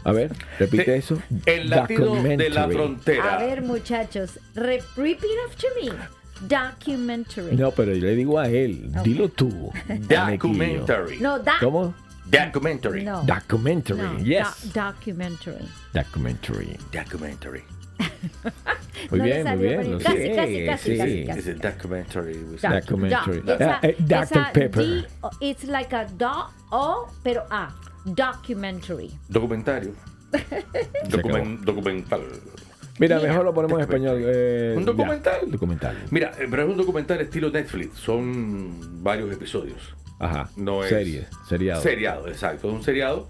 A: A ver, repite eso.
B: El latido de la
A: Documentary.
B: frontera.
F: A ver, muchachos, re- repeat after me. Documentary.
A: No, pero yo le digo a él, dilo tú.
B: Documentary.
F: No, da-
A: ¿Cómo?
B: Documentary.
F: No.
A: Documentary,
F: Ah. No,
A: yes.
F: do- documentary.
A: documentary.
B: Documentary.
A: Muy
F: No le
A: bien, muy
F: salió,
A: bien.
F: pero
A: lo
F: casi,
A: sé,
F: casi, casi,
A: sí.
F: casi, casi.
B: Es el documentary. with-
F: Da-
A: Documentary.
F: da- esa-
A: Ah, eh, Dr.
F: esa
A: Pepper.
F: D- o- it's like a do o, pero a. Documentary.
B: Documentario. Documen- documental.
A: Mira, mejor lo ponemos en español. eh,
B: Un
A: ya,
B: documental.
A: documental.
B: Mira, eh, pero es un documental estilo Netflix. Son varios episodios.
A: Ajá.
B: No es-
A: Serie, seriado.
B: Seriado, exacto. Es un seriado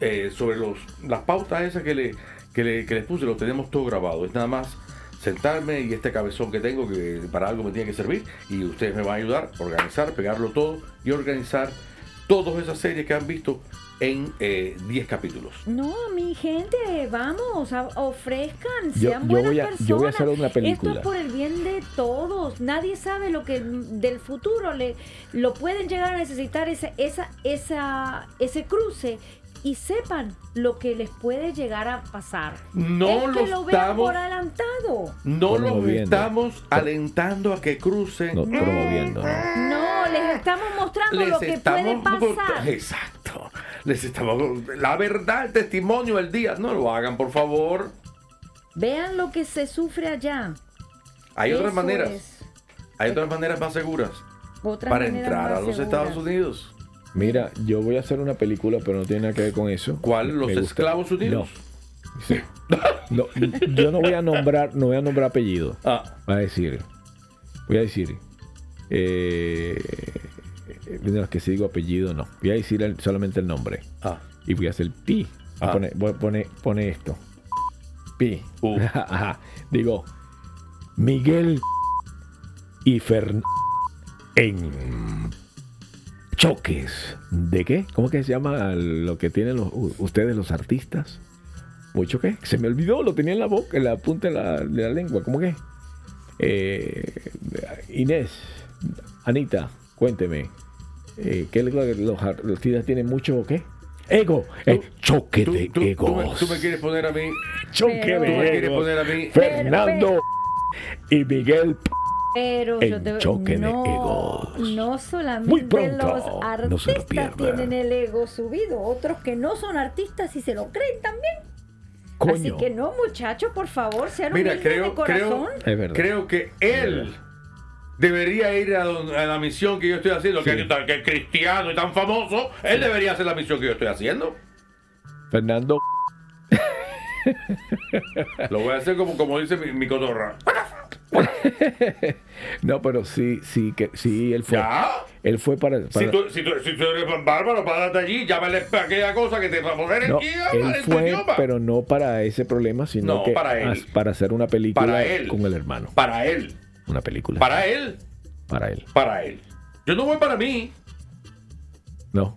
B: eh, sobre los, las pautas esas que, le, que, le- que les puse, lo tenemos todo grabado. Es nada más sentarme y este cabezón que tengo, que para algo me tiene que servir, y ustedes me van a ayudar a organizar, pegarlo todo y organizar todas esas series que han visto en eh, 10 capítulos.
F: No, mi gente, vamos, a- ofrezcan,
A: Yo-
F: sean
A: yo
F: buenas
A: voy a-
F: personas.
A: yo voy a hacer una
F: Esto
A: película.
F: es por el bien de todos. Nadie sabe lo que del futuro le lo pueden llegar a necesitar ese, esa, esa, ese cruce y sepan lo que les puede llegar a pasar.
B: No
F: es que
B: lo
F: lo vean
B: estamos-
F: por adelantado.
B: No los
A: Promoviendo.
B: estamos alentando a que crucen.
A: No, promoviendo,
F: Ah.
A: ¿no?
F: No, les estamos mostrando lo que puede pasar.
B: Exacto. Les estamos. La verdad, el testimonio del día. No lo hagan, por favor.
F: Vean lo que se sufre allá.
B: Hay otras
F: Eso
B: maneras.
F: es.
B: Hay otras maneras más seguras
F: Otras
B: para
F: maneras
B: entrar
F: más
B: a los
F: seguras.
B: Estados Unidos.
A: Mira, yo voy a hacer una película, pero no tiene nada que ver con eso.
B: ¿Cuál? ¿Los
A: Me gusta-
B: esclavos unidos?
A: No, yo no voy a nombrar, no voy a nombrar apellido.
B: Ah.
A: Voy a decir, voy a decir, eh, de los que si digo apellido, no. Voy a decir el- solamente el nombre. Y voy a hacer pi. Voy a
B: Ah.
A: poner- voy a poner- pone esto. Pi.
B: Uh.
A: *laughs* Ajá. Digo, Miguel y Fern en choques. ¿De qué? ¿Cómo que se llama lo que tienen los- u- ustedes los artistas? ¿Mucho qué? Se me olvidó, lo tenía en la boca, en la punta de la, de la lengua. ¿Cómo que? Eh, Inés, Anita, cuénteme. eh, ¿Qué es lo que los artistas tienen mucho o qué? Ego, el choque de egos.
B: Tú me, tú me quieres poner a mí.
A: Choque
B: tú
A: de
B: me quieres
A: egos.
B: poner a mí.
A: Fernando y Miguel
F: Pero
A: El
F: yo te
A: choque de
F: no,
A: egos.
F: No solamente
A: Muy pronto,
F: los
A: no se lo
F: artistas
A: pierda.
F: tienen el ego subido, otros que no son artistas y se lo creen también.
B: Coño.
F: Así que no, muchachos, por favor, sean
B: Mira,
F: humildes de
B: creo, creo,
F: corazón.
B: creo que él debería ir a, don- a la misión que yo estoy haciendo, que, es- que es cristiano y tan famoso. Él debería hacer la misión que yo estoy haciendo.
A: Fernando
B: Lo voy a hacer como, como dice mi, mi cotorra.
A: No, pero sí, sí, que sí, él fue.
B: ¿Ya?
A: Él fue para. para-
B: Si tú, si, tú, si tú eres bárbaro, párate allí, llámale a aquella cosa que te va a poner
A: no,
B: aquí,
A: él
B: habla en tu
A: fue,
B: idioma.
A: pero no para ese problema, sino
B: No,
A: que
B: para él.
A: as- para hacer una película
B: Para él.
A: con el hermano.
B: Para él.
A: Una película.
B: Para él.
A: Para él.
B: Para él. Yo no voy para mí.
A: No.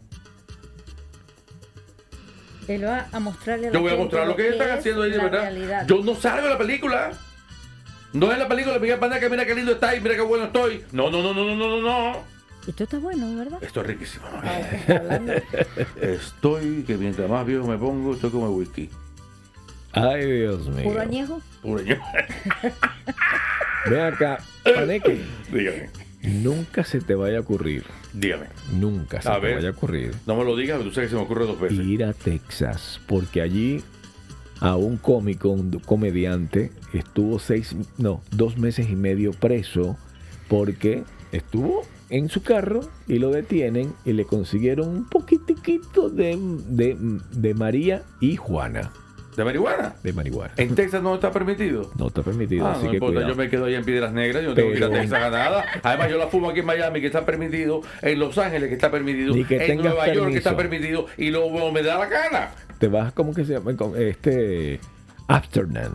F: Él va a mostrarle a la
B: Eh. Yo voy a
F: gente
B: mostrar lo que están
F: es
B: haciendo ahí de
F: la
B: verdad.
F: realidad.
B: Yo no salgo de la película. No es la película de Miguel Paneca, mira qué lindo está y mira qué bueno estoy. No, no, no, no, no, no, no, no.
F: Esto está
A: *laughs*
F: bueno, ¿verdad? Ah,
B: Esto es riquísimo. mami. *laughs* estoy que mientras más viejo me pongo, estoy como el whisky.
A: Ay, Dios mío.
F: Puro añejo.
B: Puro añejo.
A: Ve acá, Paneque.
B: *laughs* Dígame.
A: Nunca se te vaya a ocurrir.
B: Dígame.
A: Nunca se
B: A
A: te
B: ver.
A: vaya a ocurrir.
B: No me lo digas, pero tú sabes que se me ocurre dos veces.
A: Ir a Texas, porque allí a un cómico, un do- comediante, estuvo seis, no, dos meses y medio preso porque estuvo en su carro y lo detienen y le consiguieron un poquitiquito de, de, de María y Juana.
B: ¿De marihuana?
A: De marihuana.
B: En Texas no está permitido.
A: No está permitido,
B: Eh. Ah,
A: así
B: no
A: que
B: importa,
A: cuidado.
B: yo me quedo allá en Piedras Negras, yo no tengo que ir a
A: Pero-
B: Texas a nada. Además, yo la fumo aquí en Miami, que está permitido, en Los Ángeles, que está permitido,
A: Ni que
B: en
A: tengas
B: Nueva York, que está
A: permiso.
B: permitido, y luego me da la gana.
A: Te vas, ¿cómo que se llama? Con Este, Amsterdam.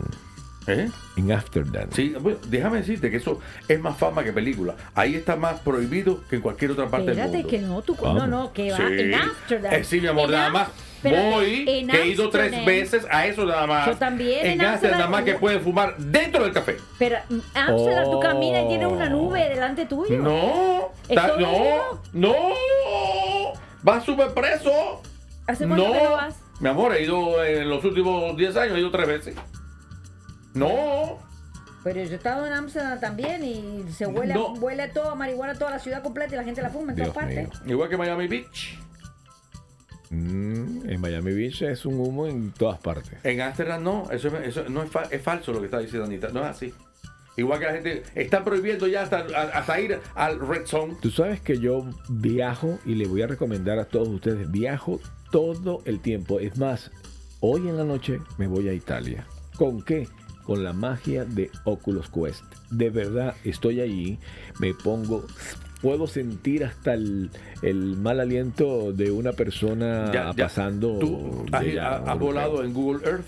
B: ¿Eh?
A: En Amsterdam.
B: Sí, bueno, déjame decirte que eso es más fama que película. Ahí está más prohibido que en cualquier otra parte del
F: Espérate
B: mundo.
F: que no, tú
B: Vamos.
F: no, no, que va
B: Sí.
F: en Amsterdam.
B: Eh, sí, mi amor,
F: En
B: nada
F: Am-
B: más
F: espérate,
B: voy,
F: en
B: que he ido tres
F: Amsterdam.
B: veces a eso nada más.
F: Yo también,
B: En
F: en
B: Amsterdam nada más
F: Amsterdam.
B: que pueden fumar dentro del café.
F: Pero Amsterdam,
B: Oh.
F: tú caminas y tienes una nube delante tuyo.
B: No, ta-
F: ¿Esto
B: no, no, vas súper preso.
F: ¿Hace cuánto
B: no,
F: que no vas?
B: mi amor, he ido eh, en los últimos 10 años, he ido tres veces. No,
F: Pero yo he estado en Amsterdam también y se huele, a-
B: No.
F: huele a todo, a marihuana, toda la ciudad completa y la gente la fuma en
A: Dios
F: todas partes.
B: igual que Miami Beach.
A: Mm, en Miami Beach es un humo en todas partes.
B: En Amsterdam no, eso, es- eso no es, fa- es falso lo que está diciendo Anita, no es así. Igual que la gente está prohibiendo ya hasta, a- hasta ir al Red Zone.
A: Tú sabes que yo viajo y le voy a recomendar a todos ustedes, viajo todo el tiempo. Es más, hoy en la noche me voy a Italia. ¿Con qué? Con la magia de Oculus Quest. De verdad, estoy allí, me pongo... Puedo sentir hasta el, el mal aliento de una persona
B: Ya, ya.
A: Ah, pasando.
B: Tú
A: de
B: has,
A: ya
B: has- has
A: europeo.
B: volado en Google Earth.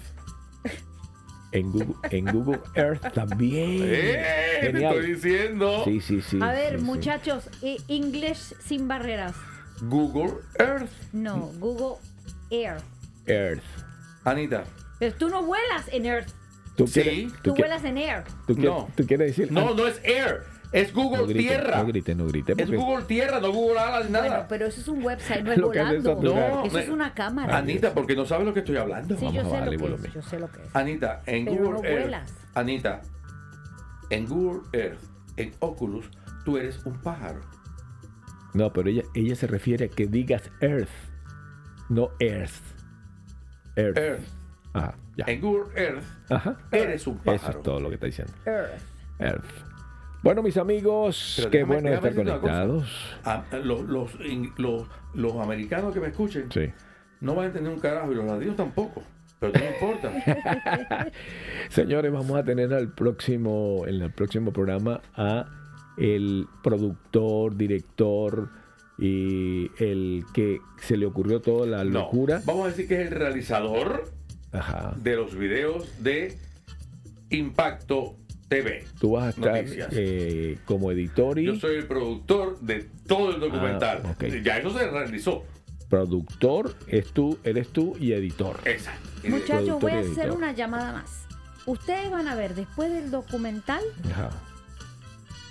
A: En Google, en Google Earth también.
B: *laughs* ¡Eh! Te
A: Genial.
B: estoy diciendo.
A: Sí, sí, sí.
F: a ver,
A: sí, sí.
F: muchachos, eh, English sin barreras.
B: Google Earth.
F: No,
A: Mm.
F: Google Air.
A: Earth.
B: Anita.
F: Pero tú no vuelas en Earth,
A: ¿Tú quieres,
F: tú
A: tú quie-
F: vuelas en Air.
A: tú quie-
B: No.
A: tú quieres decir? Ah,
B: No, no es Air. Es Google
A: No grite,
B: Tierra.
A: No grite, no grite.
B: es
A: porque-
B: Google Tierra, no Google Alas, nada.
F: Bueno, pero eso es un
A: *laughs*
F: website, no es
A: Lo que haces
F: volando.
A: a tu lugar.
F: eso es
B: me-
F: una cámara.
B: Anita, porque no sabes lo que estoy hablando.
F: Sí, yo sé, lo que es, yo sé lo que es.
B: Anita, en
F: Pero
B: Google
F: no
B: Earth.
F: vuelas.
B: Anita, en Google Earth, en Oculus, tú eres un pájaro.
A: No, pero ella, ella se refiere a que digas Earth, no Earth. Earth.
B: Earth.
A: Ajá, ya.
B: En Google Earth,
A: Ajá.
B: eres un
A: Eso
B: pájaro.
A: es todo lo que está diciendo.
F: Earth.
A: Earth. Bueno, mis amigos,
B: Pero
A: qué
B: déjame-
A: bueno
B: déjame
A: estar
B: decirte una cosa.
A: conectados.
B: Ah, los, los, in- los- los americanos que me escuchen
A: Sí.
B: no van a entender un carajo y los latinos tampoco. Pero no importa.
A: Señores, vamos a tener al próximo, en el próximo programa a el productor, director y el que se le ocurrió toda la
B: No,
A: *laughs* locura.
B: Vamos a decir que es el realizador
A: Ajá.
B: de los videos de Impacto TV.
A: Tú vas a estar
B: Noticias.
A: eh, como editor y
B: Yo soy el productor de todo el documental.
A: Ah, ok.
B: Ya eso se realizó.
A: productor, es tú, eres tú y editor.
B: Exacto.
F: Muchachos, voy a
A: Productor y
F: hacer
A: editor.
F: una llamada más. Ustedes van a ver después del documental
A: Ajá.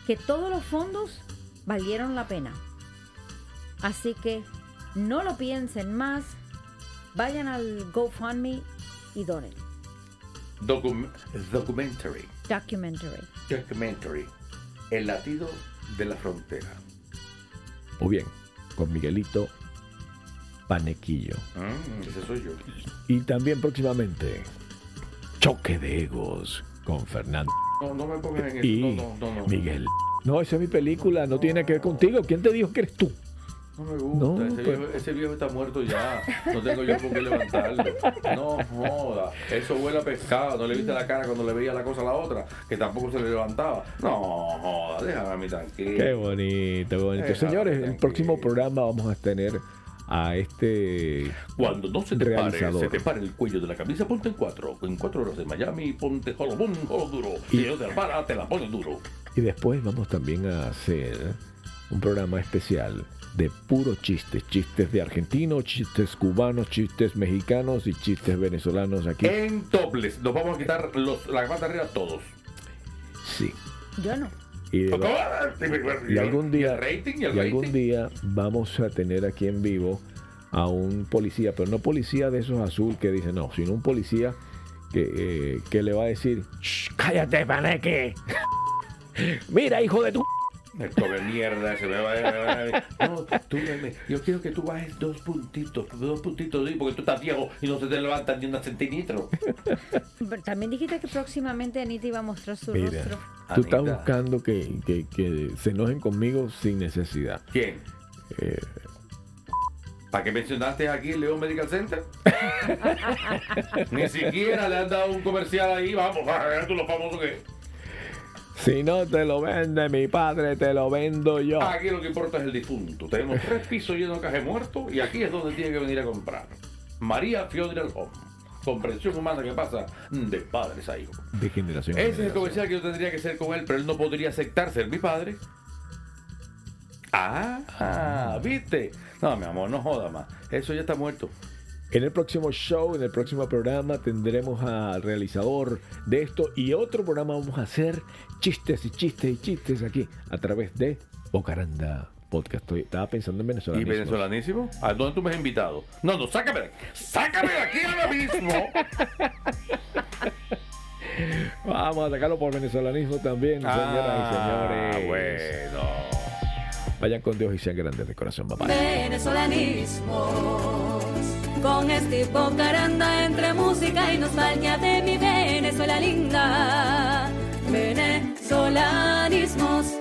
F: que todos los fondos valieron la pena. Así que no lo piensen más, vayan al GoFundMe y donen.
B: Docu- documentary.
F: Documentary.
B: Documentary. El latido de la frontera.
A: O bien, con Miguelito Panequillo.
B: Mm, ese soy yo.
A: Y también próximamente, Choque de Egos con Fernando.
B: No, no me pongan en
A: Y
B: eso. No, no, no, no.
A: Miguel. No, esa es mi película, no tiene que ver contigo. ¿Quién te dijo que eres tú?
B: No me gusta.
A: No,
B: ese,
A: pues-
B: viejo, ese viejo está muerto ya. No tengo yo con qué levantarlo. No joda. Eso huele a pescado. No le viste la cara cuando le veía la cosa a la otra, que tampoco se le levantaba. No joda. Déjame a mí tranquilo.
A: Qué bonito, qué bonito.
B: Déjalo,
A: Señores, el
B: Eh, tranquilo.
A: próximo programa vamos a tener a este
B: Cuando no se te pare,
A: realizador.
B: se te pare el cuello de la camisa, ponte en cuatro. En cuatro horas de Miami, ponte jolobón, jolo duro.
A: Y-
B: Y si no te la para, te la pones duro.
A: Y después vamos también a hacer un programa especial de puro chistes, chistes de argentinos, chistes cubanos, chistes mexicanos y chistes venezolanos aquí.
B: En topless, nos vamos a quitar los, la gafas de arriba todos.
A: Sí.
F: Yo no.
A: Y, de- y
B: Y
A: algún día
B: el rating y
A: y
B: el
A: algún
B: rating.
A: día vamos a tener aquí en vivo a un policía, pero no policía de esos azul que dice no, sino un policía que, eh, que le va a decir "Shh, cállate paneque, *laughs* mira hijo de tu
B: El come mierda, se me va a- me va a... No, tú, nene, yo quiero que tú bajes dos puntitos, dos puntitos, sí, porque tú estás viejo y no se te levanta ni una centímetro.
F: Pero también dijiste que próximamente Anita iba a mostrar su
A: Mira,
F: rostro.
A: tú estás
B: Anita.
A: buscando que, que- que se enojen conmigo sin necesidad.
B: ¿Quién?
A: Eh,
B: ¿Para qué mencionaste aquí el León Medical Center? Ni siquiera le han dado un comercial ahí, vamos, a ver tú lo famoso que es.
A: si no te lo vende mi padre, te lo vendo yo.
B: Aquí lo que importa es el difunto. Tenemos tres pisos llenos de caje muerto y aquí es donde tiene que venir a comprar. María Fiodra Home. Comprensión humana que pasa de padres a hijos.
A: De generación. en
B: Ese es el
A: generación.
B: comercial que yo tendría que hacer con él, pero él no podría aceptar ser mi padre. Ah, ah, ¿viste? No, mi amor, no joda más. Eso ya está muerto.
A: En el próximo show, en el próximo programa, tendremos al realizador de esto y otro programa vamos a hacer chistes y chistes y chistes aquí a través de Bocaranda Podcast. Estoy- estaba pensando en
B: ¿Y
A: venezolanismos.
B: venezolanísimo? ¿A dónde tú me has invitado? No, no, sácame de aquí. Sácame de aquí ahora mismo.
A: Vamos a atacarlo por venezolanismo también, señoras y señores.
B: Ah, bueno.
A: Vayan con Dios y sean grandes de corazón, papá.
P: Venezolanismos. Con este Bocaranda entre música y nostalgia de mi Venezuela linda. Venezolanismos.